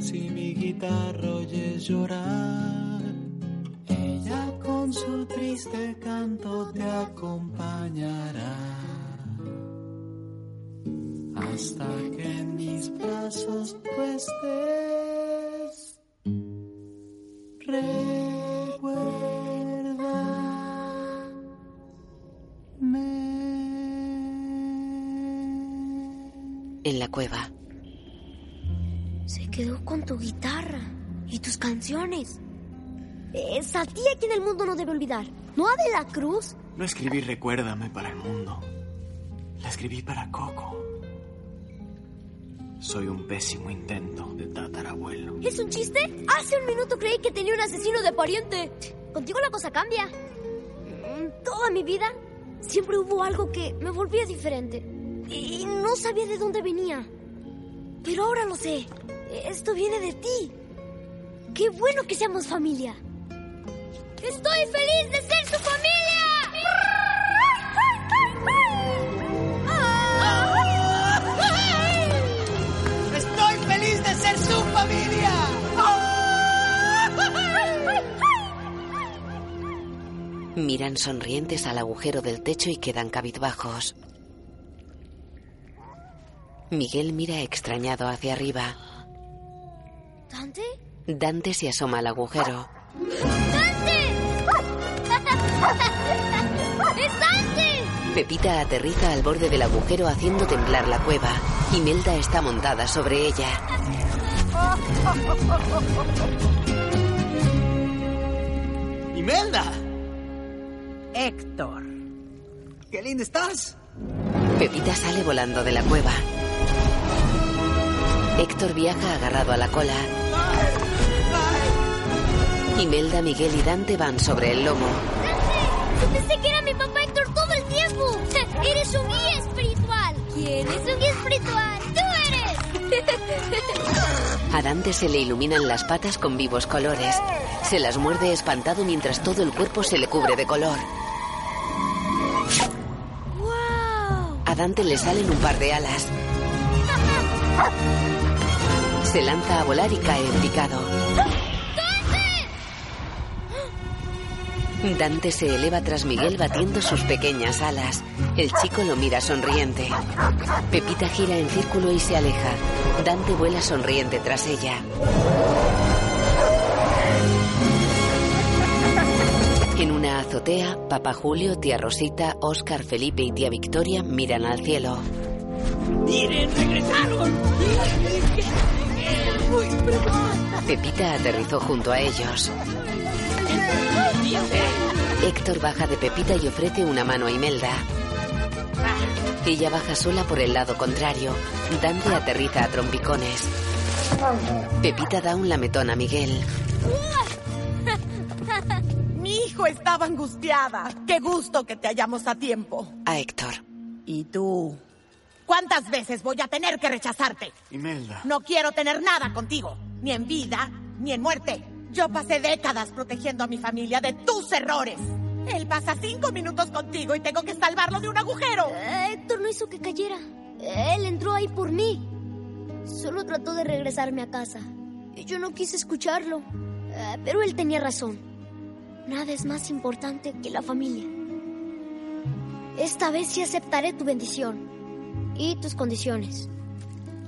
Si mi guitarra oyes llorar, ella con su triste canto te acompañará. Hasta que en mis brazos tú estés. Recuerda. En la cueva, Se quedó con tu guitarra y tus canciones. Esa tía que en el mundo no debe olvidar. ¿No ha de la cruz? No escribí Recuérdame para el mundo. La escribí para Coco. Soy un pésimo intento de tatarabuelo. ¿Es un chiste? Hace un minuto creí que tenía un asesino de pariente. Contigo la cosa cambia. Mm, Toda mi vida siempre hubo algo que me volvía diferente. Y no sabía de dónde venía. Pero ahora lo sé. Esto viene de ti. Qué bueno que seamos familia. ¡Estoy feliz de ser su familia! ¡Estoy feliz de ser su familia! Miran sonrientes al agujero del techo y quedan cabizbajos. Miguel mira extrañado hacia arriba. ¿Dante? Dante se asoma al agujero. ¡Es Dante! Pepita aterriza al borde del agujero haciendo temblar la cueva. Imelda está montada sobre ella. ¡Imelda! Héctor. ¡Qué linda estás! Pepita sale volando de la cueva. Héctor viaja agarrado a la cola. Imelda, Miguel y Dante van sobre el lomo. Pensé que era mi papá Héctor todo el tiempo. Eres un guía espiritual. ¿Quién es un guía espiritual? ¡Tú eres! A Dante se le iluminan las patas con vivos colores. Se las muerde espantado mientras todo el cuerpo se le cubre de color. A Dante le salen un par de alas. Se lanza a volar y cae en picado. Dante se eleva tras Miguel batiendo sus pequeñas alas. El chico lo mira sonriente. Pepita gira en círculo y se aleja. Dante vuela sonriente tras ella. En una azotea, Papá Julio, tía Rosita, Óscar, Felipe y tía Victoria miran al cielo. ¡Miren, regresaron! ¡Uy, Pepita aterrizó junto a ellos. Héctor baja de Pepita y ofrece una mano a Imelda. Ella baja sola por el lado contrario. Dante aterriza a trompicones. Pepita da un lametón a Miguel. Mi hijo estaba angustiada. Qué gusto que te hallamos a tiempo. A Héctor. ¿Y tú? ¿Cuántas veces voy a tener que rechazarte? Imelda. No quiero tener nada contigo, ni en vida, ni en muerte. Yo pasé décadas protegiendo a mi familia de tus errores. Él pasa cinco minutos contigo y tengo que salvarlo de un agujero. Eh, Héctor no hizo que cayera. Él entró ahí por mí. Solo trató de regresarme a casa. Y yo no quise escucharlo. Eh, pero él tenía razón. Nada es más importante que la familia. Esta vez sí aceptaré tu bendición y tus condiciones.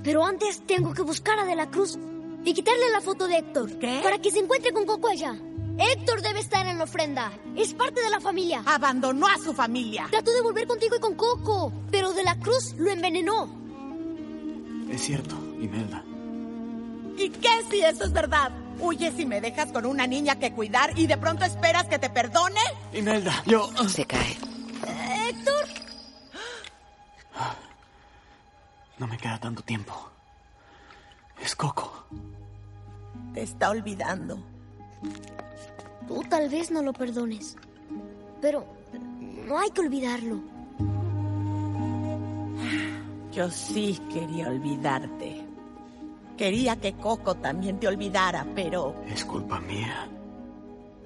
Pero antes tengo que buscar a De la Cruz y quitarle la foto de Héctor. Para que se encuentre con Coco allá. Héctor debe estar en la ofrenda. Es parte de la familia. Abandonó a su familia. Trató de volver contigo y con Coco, pero De la Cruz lo envenenó. Es cierto, Imelda. ¿Y qué si eso es verdad? ¿Huyes y me dejas con una niña que cuidar y de pronto esperas que te perdone? Eh, Imelda, yo... ah, Se cae. Héctor, No me queda tanto tiempo. Es Coco. te está olvidando. Tú tal vez no lo perdones. Pero no hay que olvidarlo. Yo sí quería olvidarte. Quería que Coco también te olvidara, pero... Es culpa mía,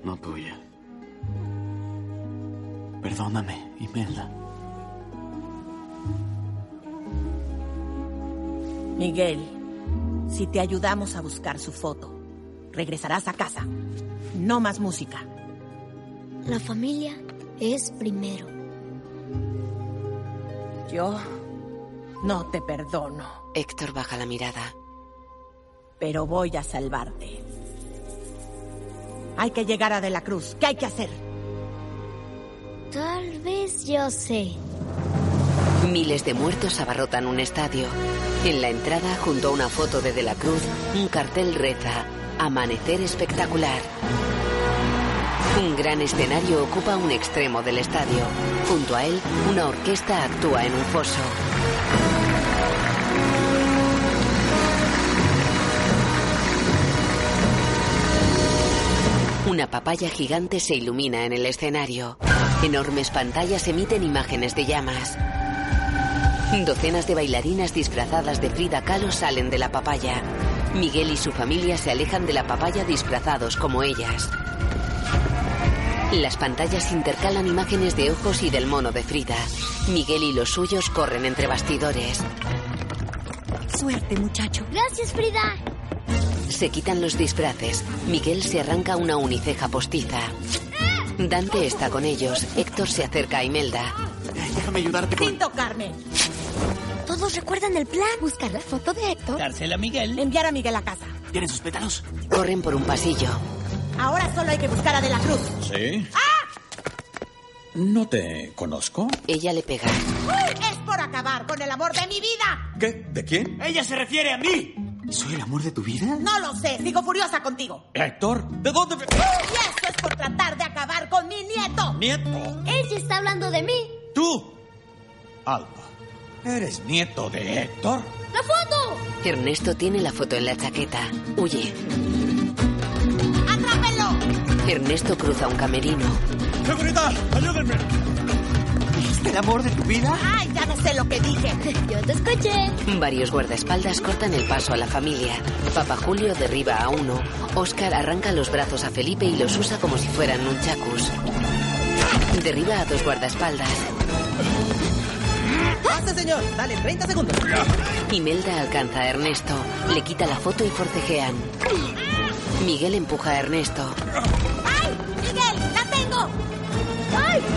no tuya. Perdóname, Imelda. Miguel, si te ayudamos a buscar su foto, regresarás a casa. No más música. La familia es primero. Yo no te perdono, Héctor baja la mirada. pero voy a salvarte. Hay que llegar a De la Cruz. ¿Qué hay que hacer? Tal vez yo sé. Miles de muertos abarrotan un estadio. En la entrada, junto a una foto de De la Cruz, un cartel reza Amanecer espectacular. Un gran escenario ocupa un extremo del estadio. Junto a él, una orquesta actúa en un foso. Una papaya gigante se ilumina en el escenario. Enormes pantallas emiten imágenes de llamas. Docenas de bailarinas disfrazadas de Frida Kahlo salen de la papaya. Miguel y su familia se alejan de la papaya disfrazados como ellas. Las pantallas intercalan imágenes de ojos y del mono de Frida. Miguel y los suyos corren entre bastidores. Suerte, muchacho. Gracias, Frida. Se quitan los disfraces. Miguel se arranca una uniceja postiza. Dante está con ellos. Héctor se acerca a Imelda. Déjame ayudarte Sin tocarme. ¿Todos recuerdan el plan? Buscar la foto de Héctor. Dársela a Miguel. Enviar a Miguel a casa. ¿Tienen sus pétalos? Corren por un pasillo. Ahora solo hay que buscar a De la Cruz. ¡Ah! ¿Sí? No te conozco. Ella le pega. Es por acabar con el amor de mi vida. ¿Qué? ¿De quién? ¡Ella se refiere a mí! ¿Soy el amor de tu vida? No lo sé, sigo furiosa contigo. Héctor, ¿de dónde? ve- Y eso es por tratar de acabar con mi nieto. Nieto. Ella está hablando de mí. Tú. Alba. ¿Eres nieto de Héctor? ¡La foto! Ernesto tiene la foto en la chaqueta. Huye. ¡Atrápenlo! Ernesto cruza un camerino. ¡Seguridad! ¡Ayúdenme! ¿Es el amor de tu vida? ¡Ay, ya no sé lo que dije! Yo te escuché. Varios guardaespaldas cortan el paso a la familia. Papa Julio derriba a uno. Oscar arranca los brazos a Felipe y los usa como si fueran un chacus. Derriba a dos guardaespaldas. ¡Pase, señor! Dale, 30 segundos. Imelda alcanza a Ernesto. Le quita la foto y forcejean. Miguel empuja a Ernesto. ¡Miguel, la tengo!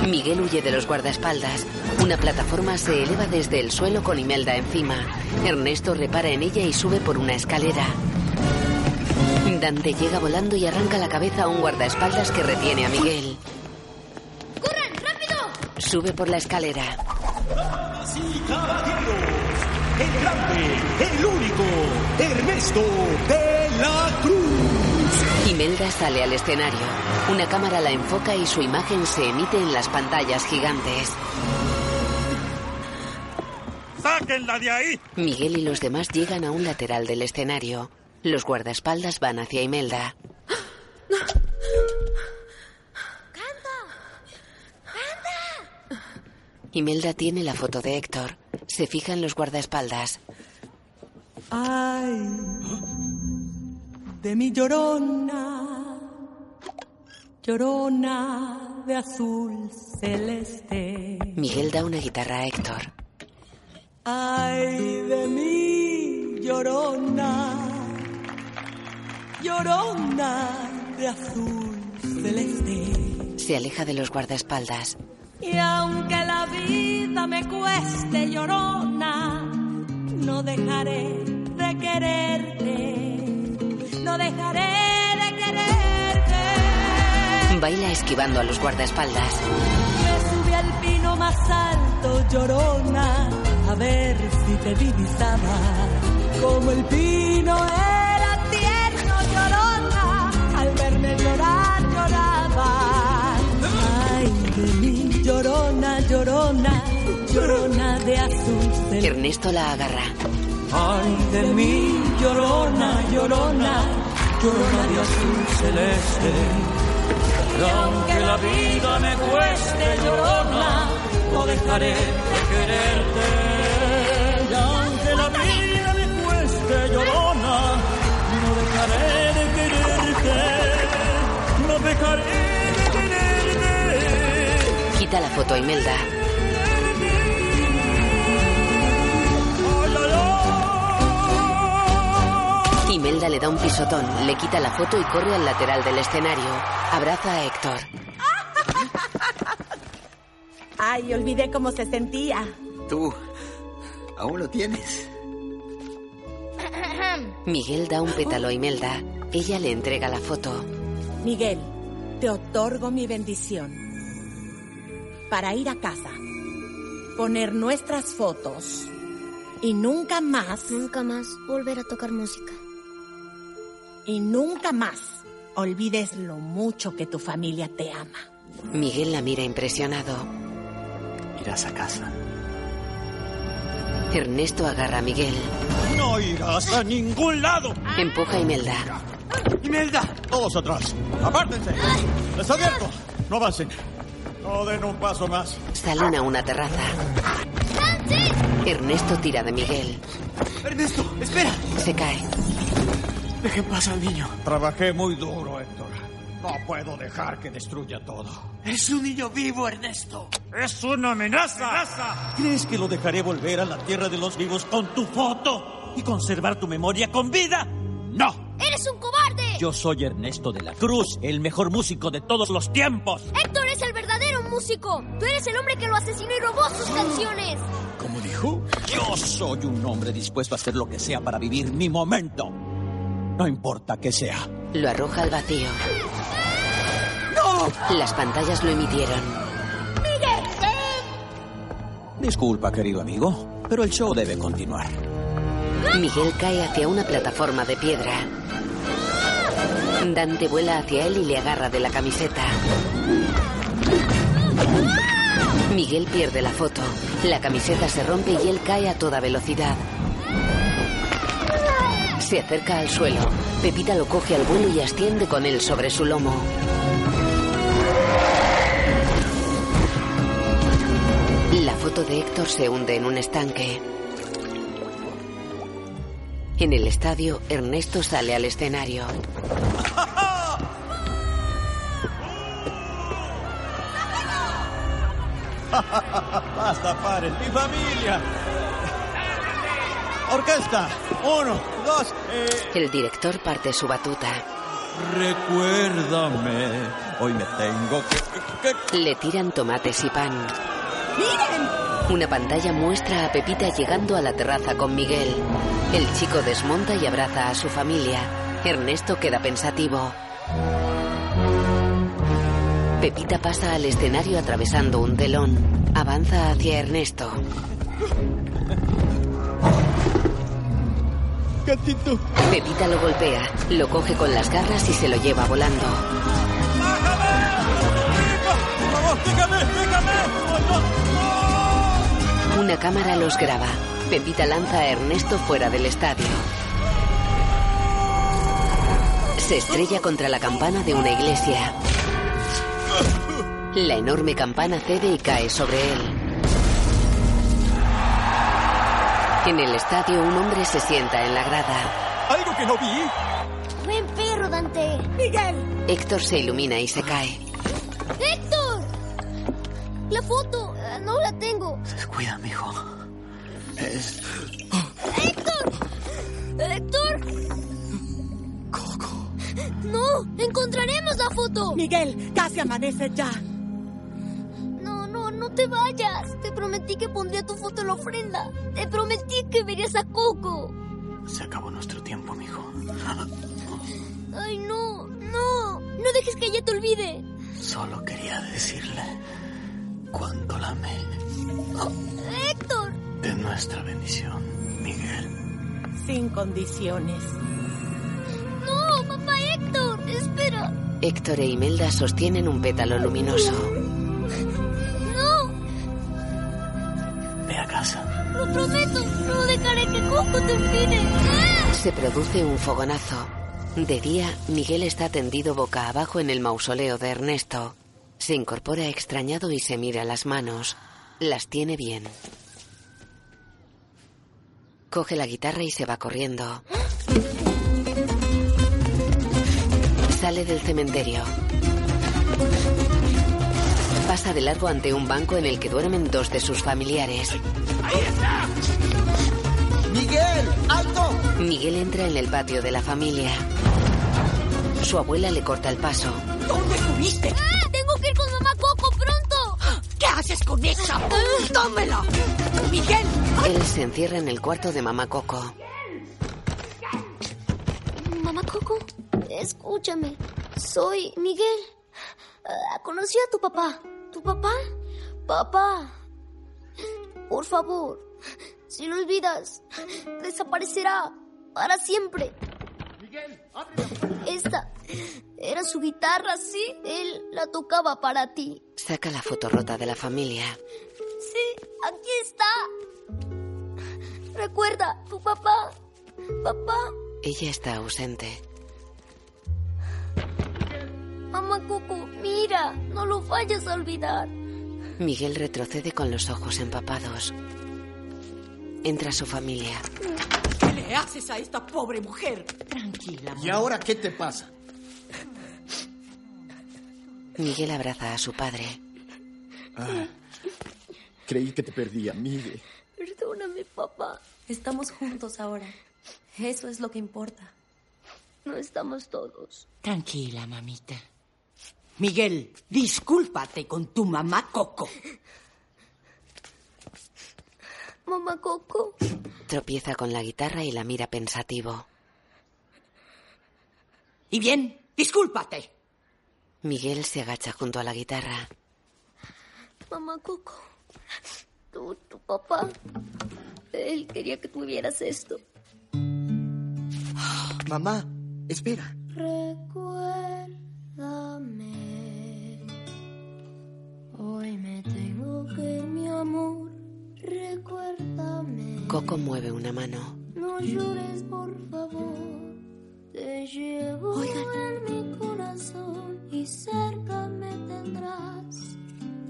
Miguel huye de los guardaespaldas. Una plataforma se eleva desde el suelo con Imelda encima. Ernesto repara en ella y sube por una escalera. Dante llega volando y arranca la cabeza a un guardaespaldas que retiene a Miguel. ¡Corran, rápido! Sube por la escalera. y caballeros, el grande, el único, Ernesto de la Cruz. Imelda sale al escenario. Una cámara la enfoca y su imagen se emite en las pantallas gigantes. ¡Sáquenla de ahí! Miguel y los demás llegan a un lateral del escenario. Los guardaespaldas van hacia Imelda. Imelda tiene la foto de Héctor. Se fija en los guardaespaldas. ¡Ay! De mi llorona, llorona de azul celeste. Miguel da una guitarra a Héctor. ¡Ay de mí, llorona! Llorona de azul celeste. Se aleja de los guardaespaldas. Y aunque la vida me cueste llorona, no dejaré de quererte, no dejaré de quererte. Baila esquivando a los guardaespaldas. Me subí al pino más alto, llorona, a ver si te divisaba. como el pino era tierno llorona, al verme llorar lloraba. Ay de mí, llorona, llorona, llorona de azul. Ernesto la agarra. Ay de mí, llorona, llorona, llorona de azul celeste. Y aunque la vida me cueste, llorona, no dejaré de quererte. Y aunque la vida me cueste, llorona, no dejaré de quererte. No dejaré de quererte. Quita la foto a Imelda. Imelda le da un pisotón, le quita la foto y corre al lateral del escenario. Abraza a Héctor. Ay, olvidé cómo se sentía. Tú, aún lo tienes. Miguel da un pétalo a Imelda. Ella le entrega la foto. Miguel, te otorgo mi bendición para ir a casa, poner nuestras fotos y nunca más. Nunca más volver a tocar música. Y nunca más olvides lo mucho que tu familia te ama. Miguel la mira impresionado. Irás a casa. Ernesto agarra a Miguel. No irás a ningún lado. Empuja a Imelda. Imelda. Todos atrás. Apártense. Les advierto. No avancen. No den un paso más. Salen a una terraza. Ernesto tira de Miguel. Ernesto, espera. Se cae. Dejen pasar al niño. Trabajé muy duro, Héctor. No puedo dejar que destruya todo. Es un niño vivo, Ernesto. ¡Es una amenaza! ¿Crees que lo dejaré volver a la tierra de los vivos con tu foto y conservar tu memoria con vida? ¡No! ¡Eres un cobarde! Yo soy Ernesto de la Cruz, el mejor músico de todos los tiempos. Héctor es el verdadero músico. Tú eres el hombre que lo asesinó y robó sus canciones. ¿Cómo dijo? Yo soy un hombre dispuesto a hacer lo que sea para vivir mi momento. No importa que sea. Lo arroja al vacío. Las pantallas lo emitieron. Disculpa, querido amigo, pero el show debe continuar. Miguel cae hacia una plataforma de piedra. Dante vuela hacia él y le agarra de la camiseta. Miguel pierde la foto. La camiseta se rompe y él cae a toda velocidad. Se acerca al suelo. Pepita lo coge al vuelo y asciende con él sobre su lomo. La foto de Héctor se hunde en un estanque. En el estadio, Ernesto sale al escenario. Basta, paren. Mi familia. Orquesta. Uno, dos. eh, El director parte su batuta. Recuérdame. Hoy me tengo que... Le tiran tomates y pan. ¡Miren! Una pantalla muestra a Pepita llegando a la terraza con Miguel. El chico desmonta y abraza a su familia. Ernesto queda pensativo. Pepita pasa al escenario atravesando un telón. Avanza hacia Ernesto. Gatito. Pepita lo golpea, lo coge con las garras y se lo lleva volando. Por favor, déjame, déjame. Una cámara los graba. Pepita lanza a Ernesto fuera del estadio. Se estrella contra la campana de una iglesia. La enorme campana cede y cae sobre él. En el estadio un hombre se sienta en la grada. Algo que no vi. Buen perro, Dante. Miguel. Héctor se ilumina y se cae. Héctor. La foto. eh, No la tengo. Cuida, mijo. Es... Héctor. Héctor. ¡No! ¡Encontraremos la foto! Miguel, casi amanece ya. No, no, no te vayas. Te prometí que pondría tu foto en la ofrenda. Te prometí que verías a Coco. Se acabó nuestro tiempo, mijo. Ay, no, no. No dejes que ella te olvide. Solo quería decirle cuánto la amé. Héctor. De nuestra bendición, Miguel. sin condiciones. ¡No, papá Héctor! ¡Espera! Héctor e Imelda sostienen un pétalo luminoso. ¡No! Ve a casa. ¡Lo prometo! ¡No dejaré que Coco termine! Se produce un fogonazo. De día, Miguel está tendido boca abajo en el mausoleo de Ernesto. Se incorpora extrañado y se mira las manos. Las tiene bien. Coge la guitarra y se va corriendo. Sale del cementerio. Pasa de largo ante un banco en el que duermen dos de sus familiares. ¡Ahí está! ¡Miguel! ¡Alto! Miguel entra en el patio de la familia. Su abuela le corta el paso. ¿Dónde estuviste? ¡Ah! ¡Tengo que ir con mamá Coco pronto! ¿Qué haces con esa? Ah. ¡Tómela! ¡Miguel! Él se encierra en el cuarto de mamá Coco. Mamá Coco, escúchame. Soy Miguel. Ah, conocí a tu papá. ¿Tu papá? Papá. Por favor, si lo olvidas, desaparecerá para siempre. Esta era su guitarra, sí. Él la tocaba para ti. Saca la foto rota de la familia. Sí, aquí está. Recuerda, tu papá. Papá, Ella está ausente. mamá Coco, mira, no lo vayas a olvidar. Miguel retrocede con los ojos empapados. Entra su familia. ¿Qué le haces a esta pobre mujer? Tranquila. ¿Y ahora qué te pasa? Miguel abraza a su padre. Ah. Creí que te perdía, Miguel. Perdóname, papá. Estamos juntos ahora. Eso es lo que importa. No estamos todos. Tranquila, mamita. Miguel, discúlpate con tu mamá Coco. Mamá Coco, Tropieza con la guitarra y la mira pensativo. Y bien, discúlpate. Miguel se agacha junto a la guitarra. mamá Coco. Tu, tu papá. Él quería que tuvieras esto. Mamá, espera. Recuérdame. Hoy me tengo que ir, mi amor. Recuérdame. Coco mueve una mano. No llores, por favor. Te llevo en mi corazón y cerca me tendrás.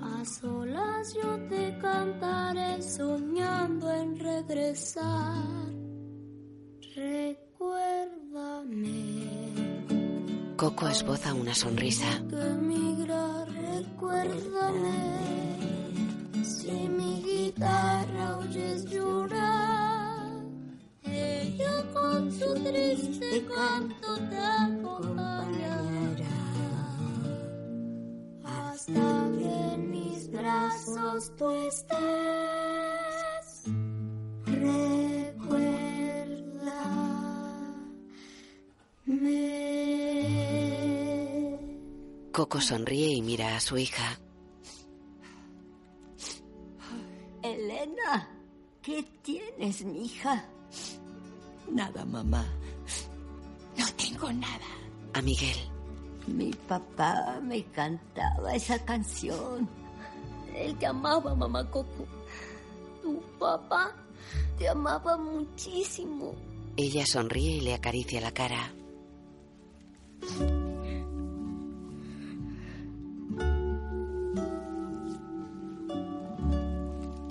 A solas yo te cantaré soñando en regresar. Recuérdame Coco esboza una sonrisa. que emigrar, recuérdame. Si mi guitarra oyes llorar, ella con su triste canto te acompañará. Hasta que en mis brazos tú estés. Recuérdame. Coco sonríe y mira a su hija. Elena, ¿qué tienes, mija? Nada, mamá. No tengo nada. A Miguel. Mi papá me cantaba esa canción. Él te amaba, mamá Coco. Tu papá te amaba muchísimo. Ella sonríe y le acaricia la cara.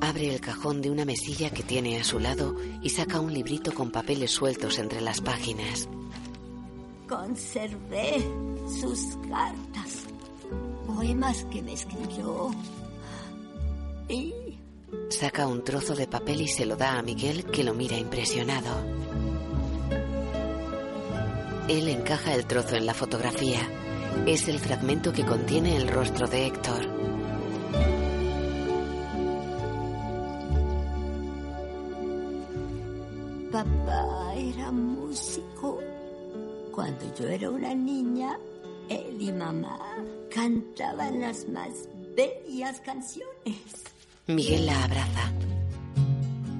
Abre el cajón de una mesilla que tiene a su lado y saca un librito con papeles sueltos entre las páginas. Conservé sus cartas, poemas que me escribió. Y Saca un trozo de papel y se lo da a Miguel, que lo mira impresionado. Él encaja el trozo en la fotografía. Es el fragmento que contiene el rostro de Héctor. papá era músico. Cuando yo era una niña, él y mamá cantaban las más bellas canciones. Miguel la abraza.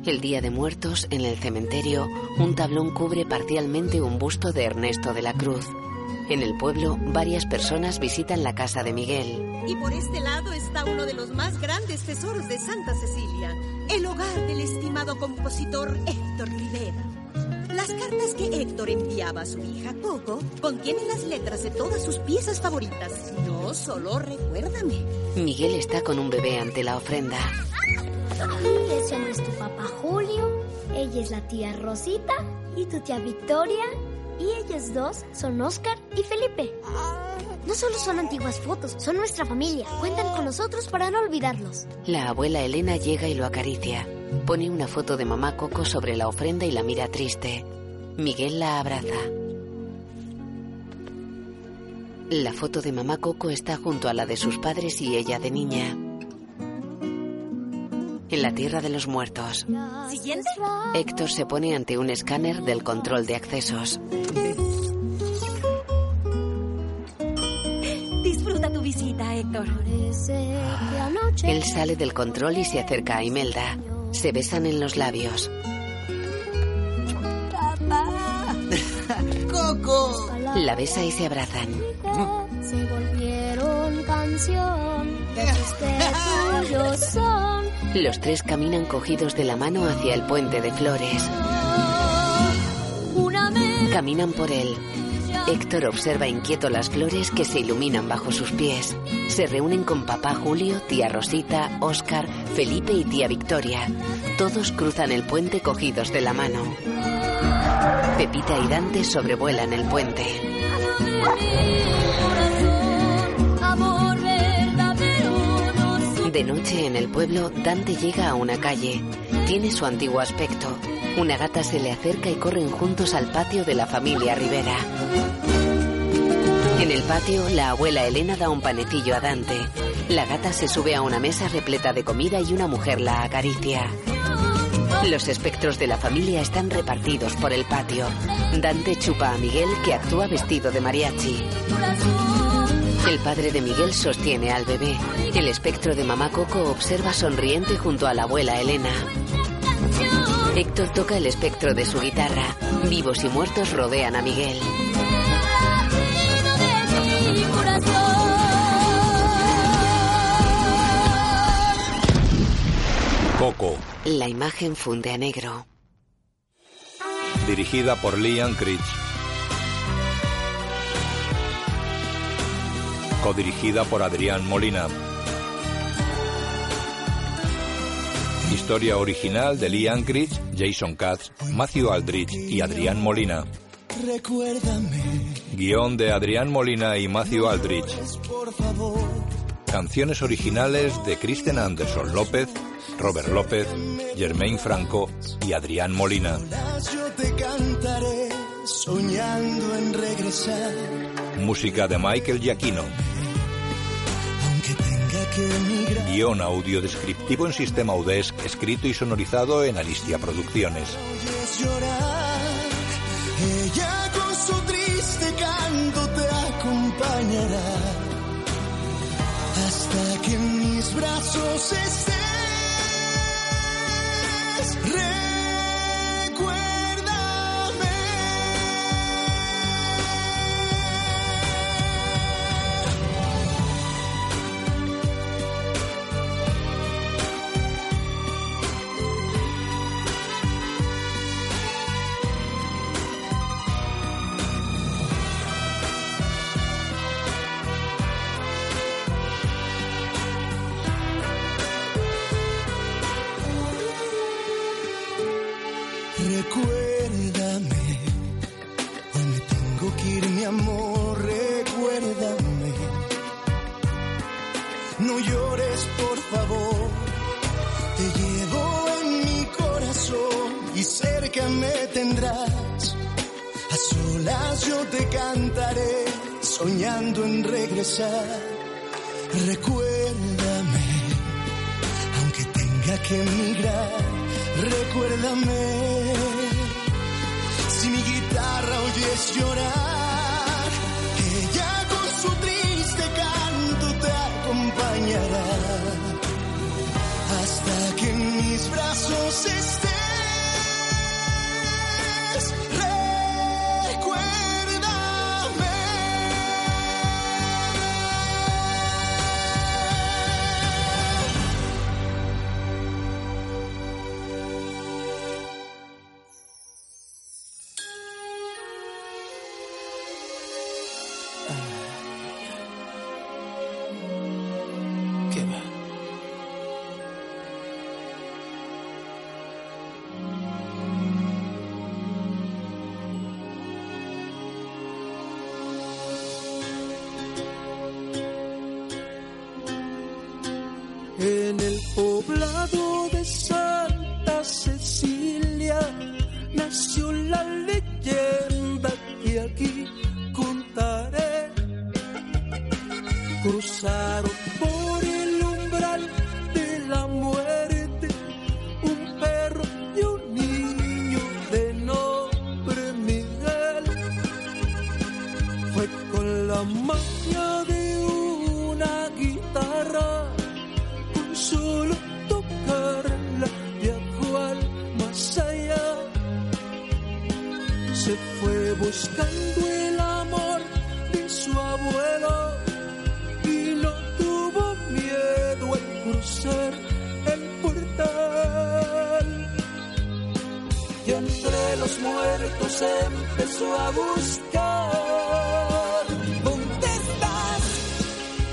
El día de muertos, en el cementerio, un tablón cubre parcialmente un busto de Ernesto de la Cruz. En el pueblo, varias personas visitan la casa de Miguel. Y por este lado está uno de los más grandes tesoros de Santa Cecilia, el hogar del estimado compositor Héctor Rivera. Las cartas que Héctor enviaba a su hija Coco contienen las letras de todas sus piezas favoritas. No solo recuérdame. Miguel está con un bebé ante la ofrenda. Y ese no es tu papá Julio, ella es la tía Rosita y tu tía Victoria. Y ellos dos son Oscar y Felipe. No solo son antiguas fotos, son nuestra familia. Cuentan con nosotros para no olvidarlos. La abuela Elena llega y lo acaricia. Pone una foto de mamá Coco sobre la ofrenda y la mira triste. Miguel la abraza. La foto de mamá Coco está junto a la de sus padres y ella de niña. En la tierra de los muertos, ¿Siguiente? Héctor se pone ante un escáner del control de accesos. Disfruta tu visita, Héctor. Él sale del control y se acerca a Imelda. Se besan en los labios. ¡Papá! ¡Coco! La besa y se abrazan. se volvieron canción. De tus que tuyos son. Los tres caminan cogidos de la mano hacia el puente de flores. Una vez Caminan por él. Héctor observa inquieto las flores que se iluminan bajo sus pies. Se reúnen con papá Julio, tía Rosita, Óscar, Felipe y tía Victoria. Todos cruzan el puente cogidos de la mano. Pepita y Dante sobrevuelan el puente. corazón, amor verdadero. De noche en el pueblo, Dante llega a una calle. Tiene su antiguo aspecto. Una gata se le acerca y corren juntos al patio de la familia Rivera. En el patio, la abuela Elena da un panecillo a Dante. La gata se sube a una mesa repleta de comida y una mujer la acaricia. Los espectros de la familia están repartidos por el patio. Dante chupa a Miguel, que actúa vestido de mariachi. El padre de Miguel sostiene al bebé. El espectro de mamá Coco observa sonriente junto a la abuela Elena. Héctor toca el espectro de su guitarra. Vivos y muertos rodean a Miguel. Mi corazón. Coco, La imagen funde a negro. dirigida por Liam Critch. Codirigida por Adrián Molina. Historia original de Liam Critch, Jason Katz, Matthew Aldrich y Adrián Molina. Recuérdame, pues, Guión de Adrián Molina y Matthew Aldrich. por favor. Canciones originales de Kristen Anderson López, Robert López, Germain Franco y Adrián Molina. Yo te cantaré, soñando en regresar. Música de Michael Giacchino. Tenga que emigrar. Guión audio descriptivo en sistema UDESC, escrito y sonorizado en Aristia Producciones. es llorar. Ella con su triste canto te acompañará hasta que en mis brazos estés. Recuérdame. Recuérdame, hoy me tengo que ir, mi amor, recuérdame. No llores, por favor, te llevo en mi corazón y cerca me tendrás. A solas yo te cantaré, soñando en regresar. Recuérdame, aunque tenga que emigrar, recuérdame. Si mi guitarra oyes llorar, ella con su triste canto te acompañará hasta que en mis brazos lejos estés, recuérdame. ¿Qué va? En el poblado de Santa Cecilia nació la leyenda que aquí contaré. Cruzaron por el umbral de la muerte un perro y un niño de nombre Miguel fue con la magia de una guitarra, con solo tocarla viajó al más allá. Se fue buscando el amor de su abuelo y no tuvo miedo al cruzar el portal. Y entre los muertos empezó a buscar. ¿Dónde estás?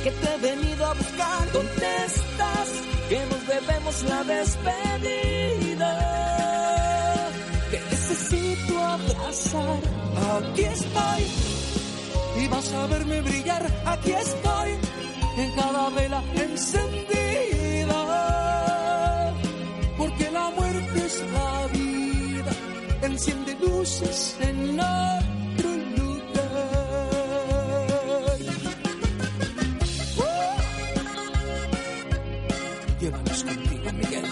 Que te he venido a buscar. ¿Dónde estás? Que nos debemos la despedida. Que necesito abrazar. Aquí estoy. Y vas a verme brillar. Aquí estoy. En cada vela encendida. Porque la muerte es la vida enciende luces en otro lugar. ¡Uh! Llévanos contigo, Miguel.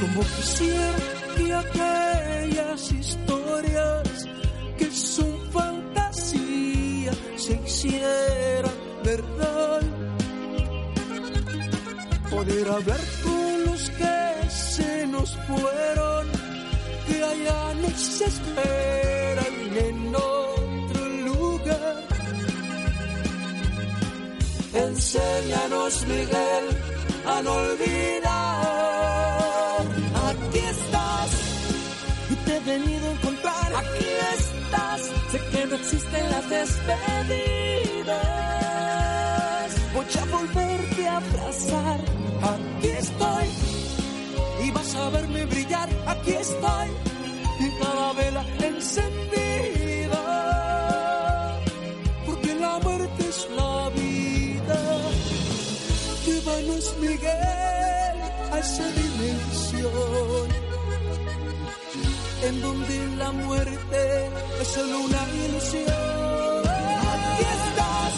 Como quisiera que aquellas historias que son fantasía se hicieran verdad poder hablar con los que se nos fueron, que allá nos esperan en otro lugar. Enséñanos, Miguel, a no olvidar. Aquí estás, y te he venido a encontrar. Aquí estás, sé que no existen las despedidas. Voy a volverte a abrazar. Aquí estoy, y vas a verme brillar. Aquí estoy, y cada vela encendida. Porque la muerte es la vida. Llévanos, Miguel, a esa dimensión en donde la muerte es solo una ilusión. Aquí estás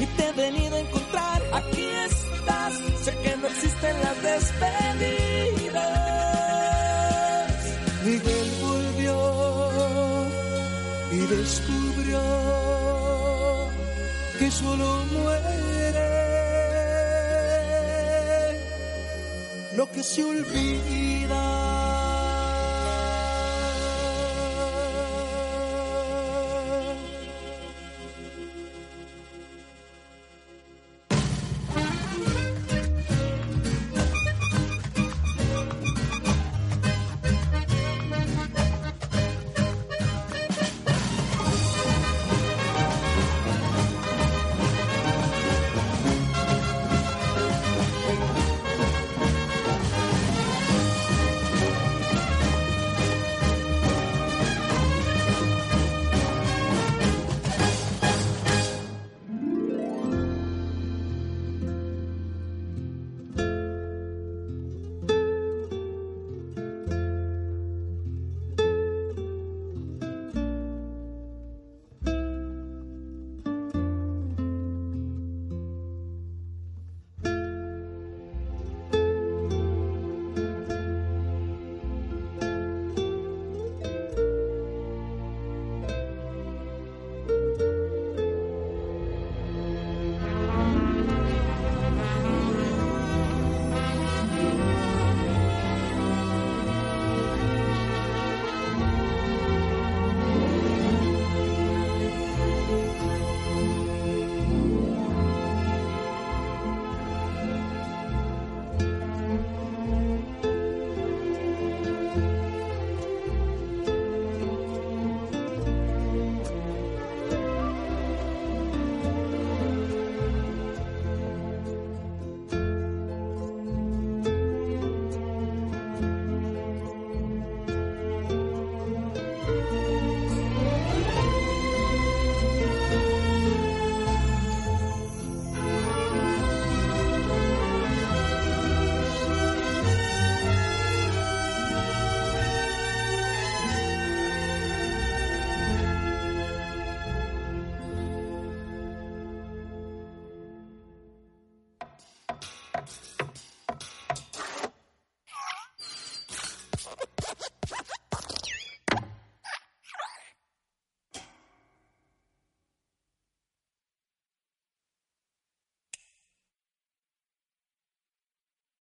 y te he venido a encontrar. Aquí estás, sé que no existen las despedidas. Miguel volvió y descubrió que solo muere lo que se olvida.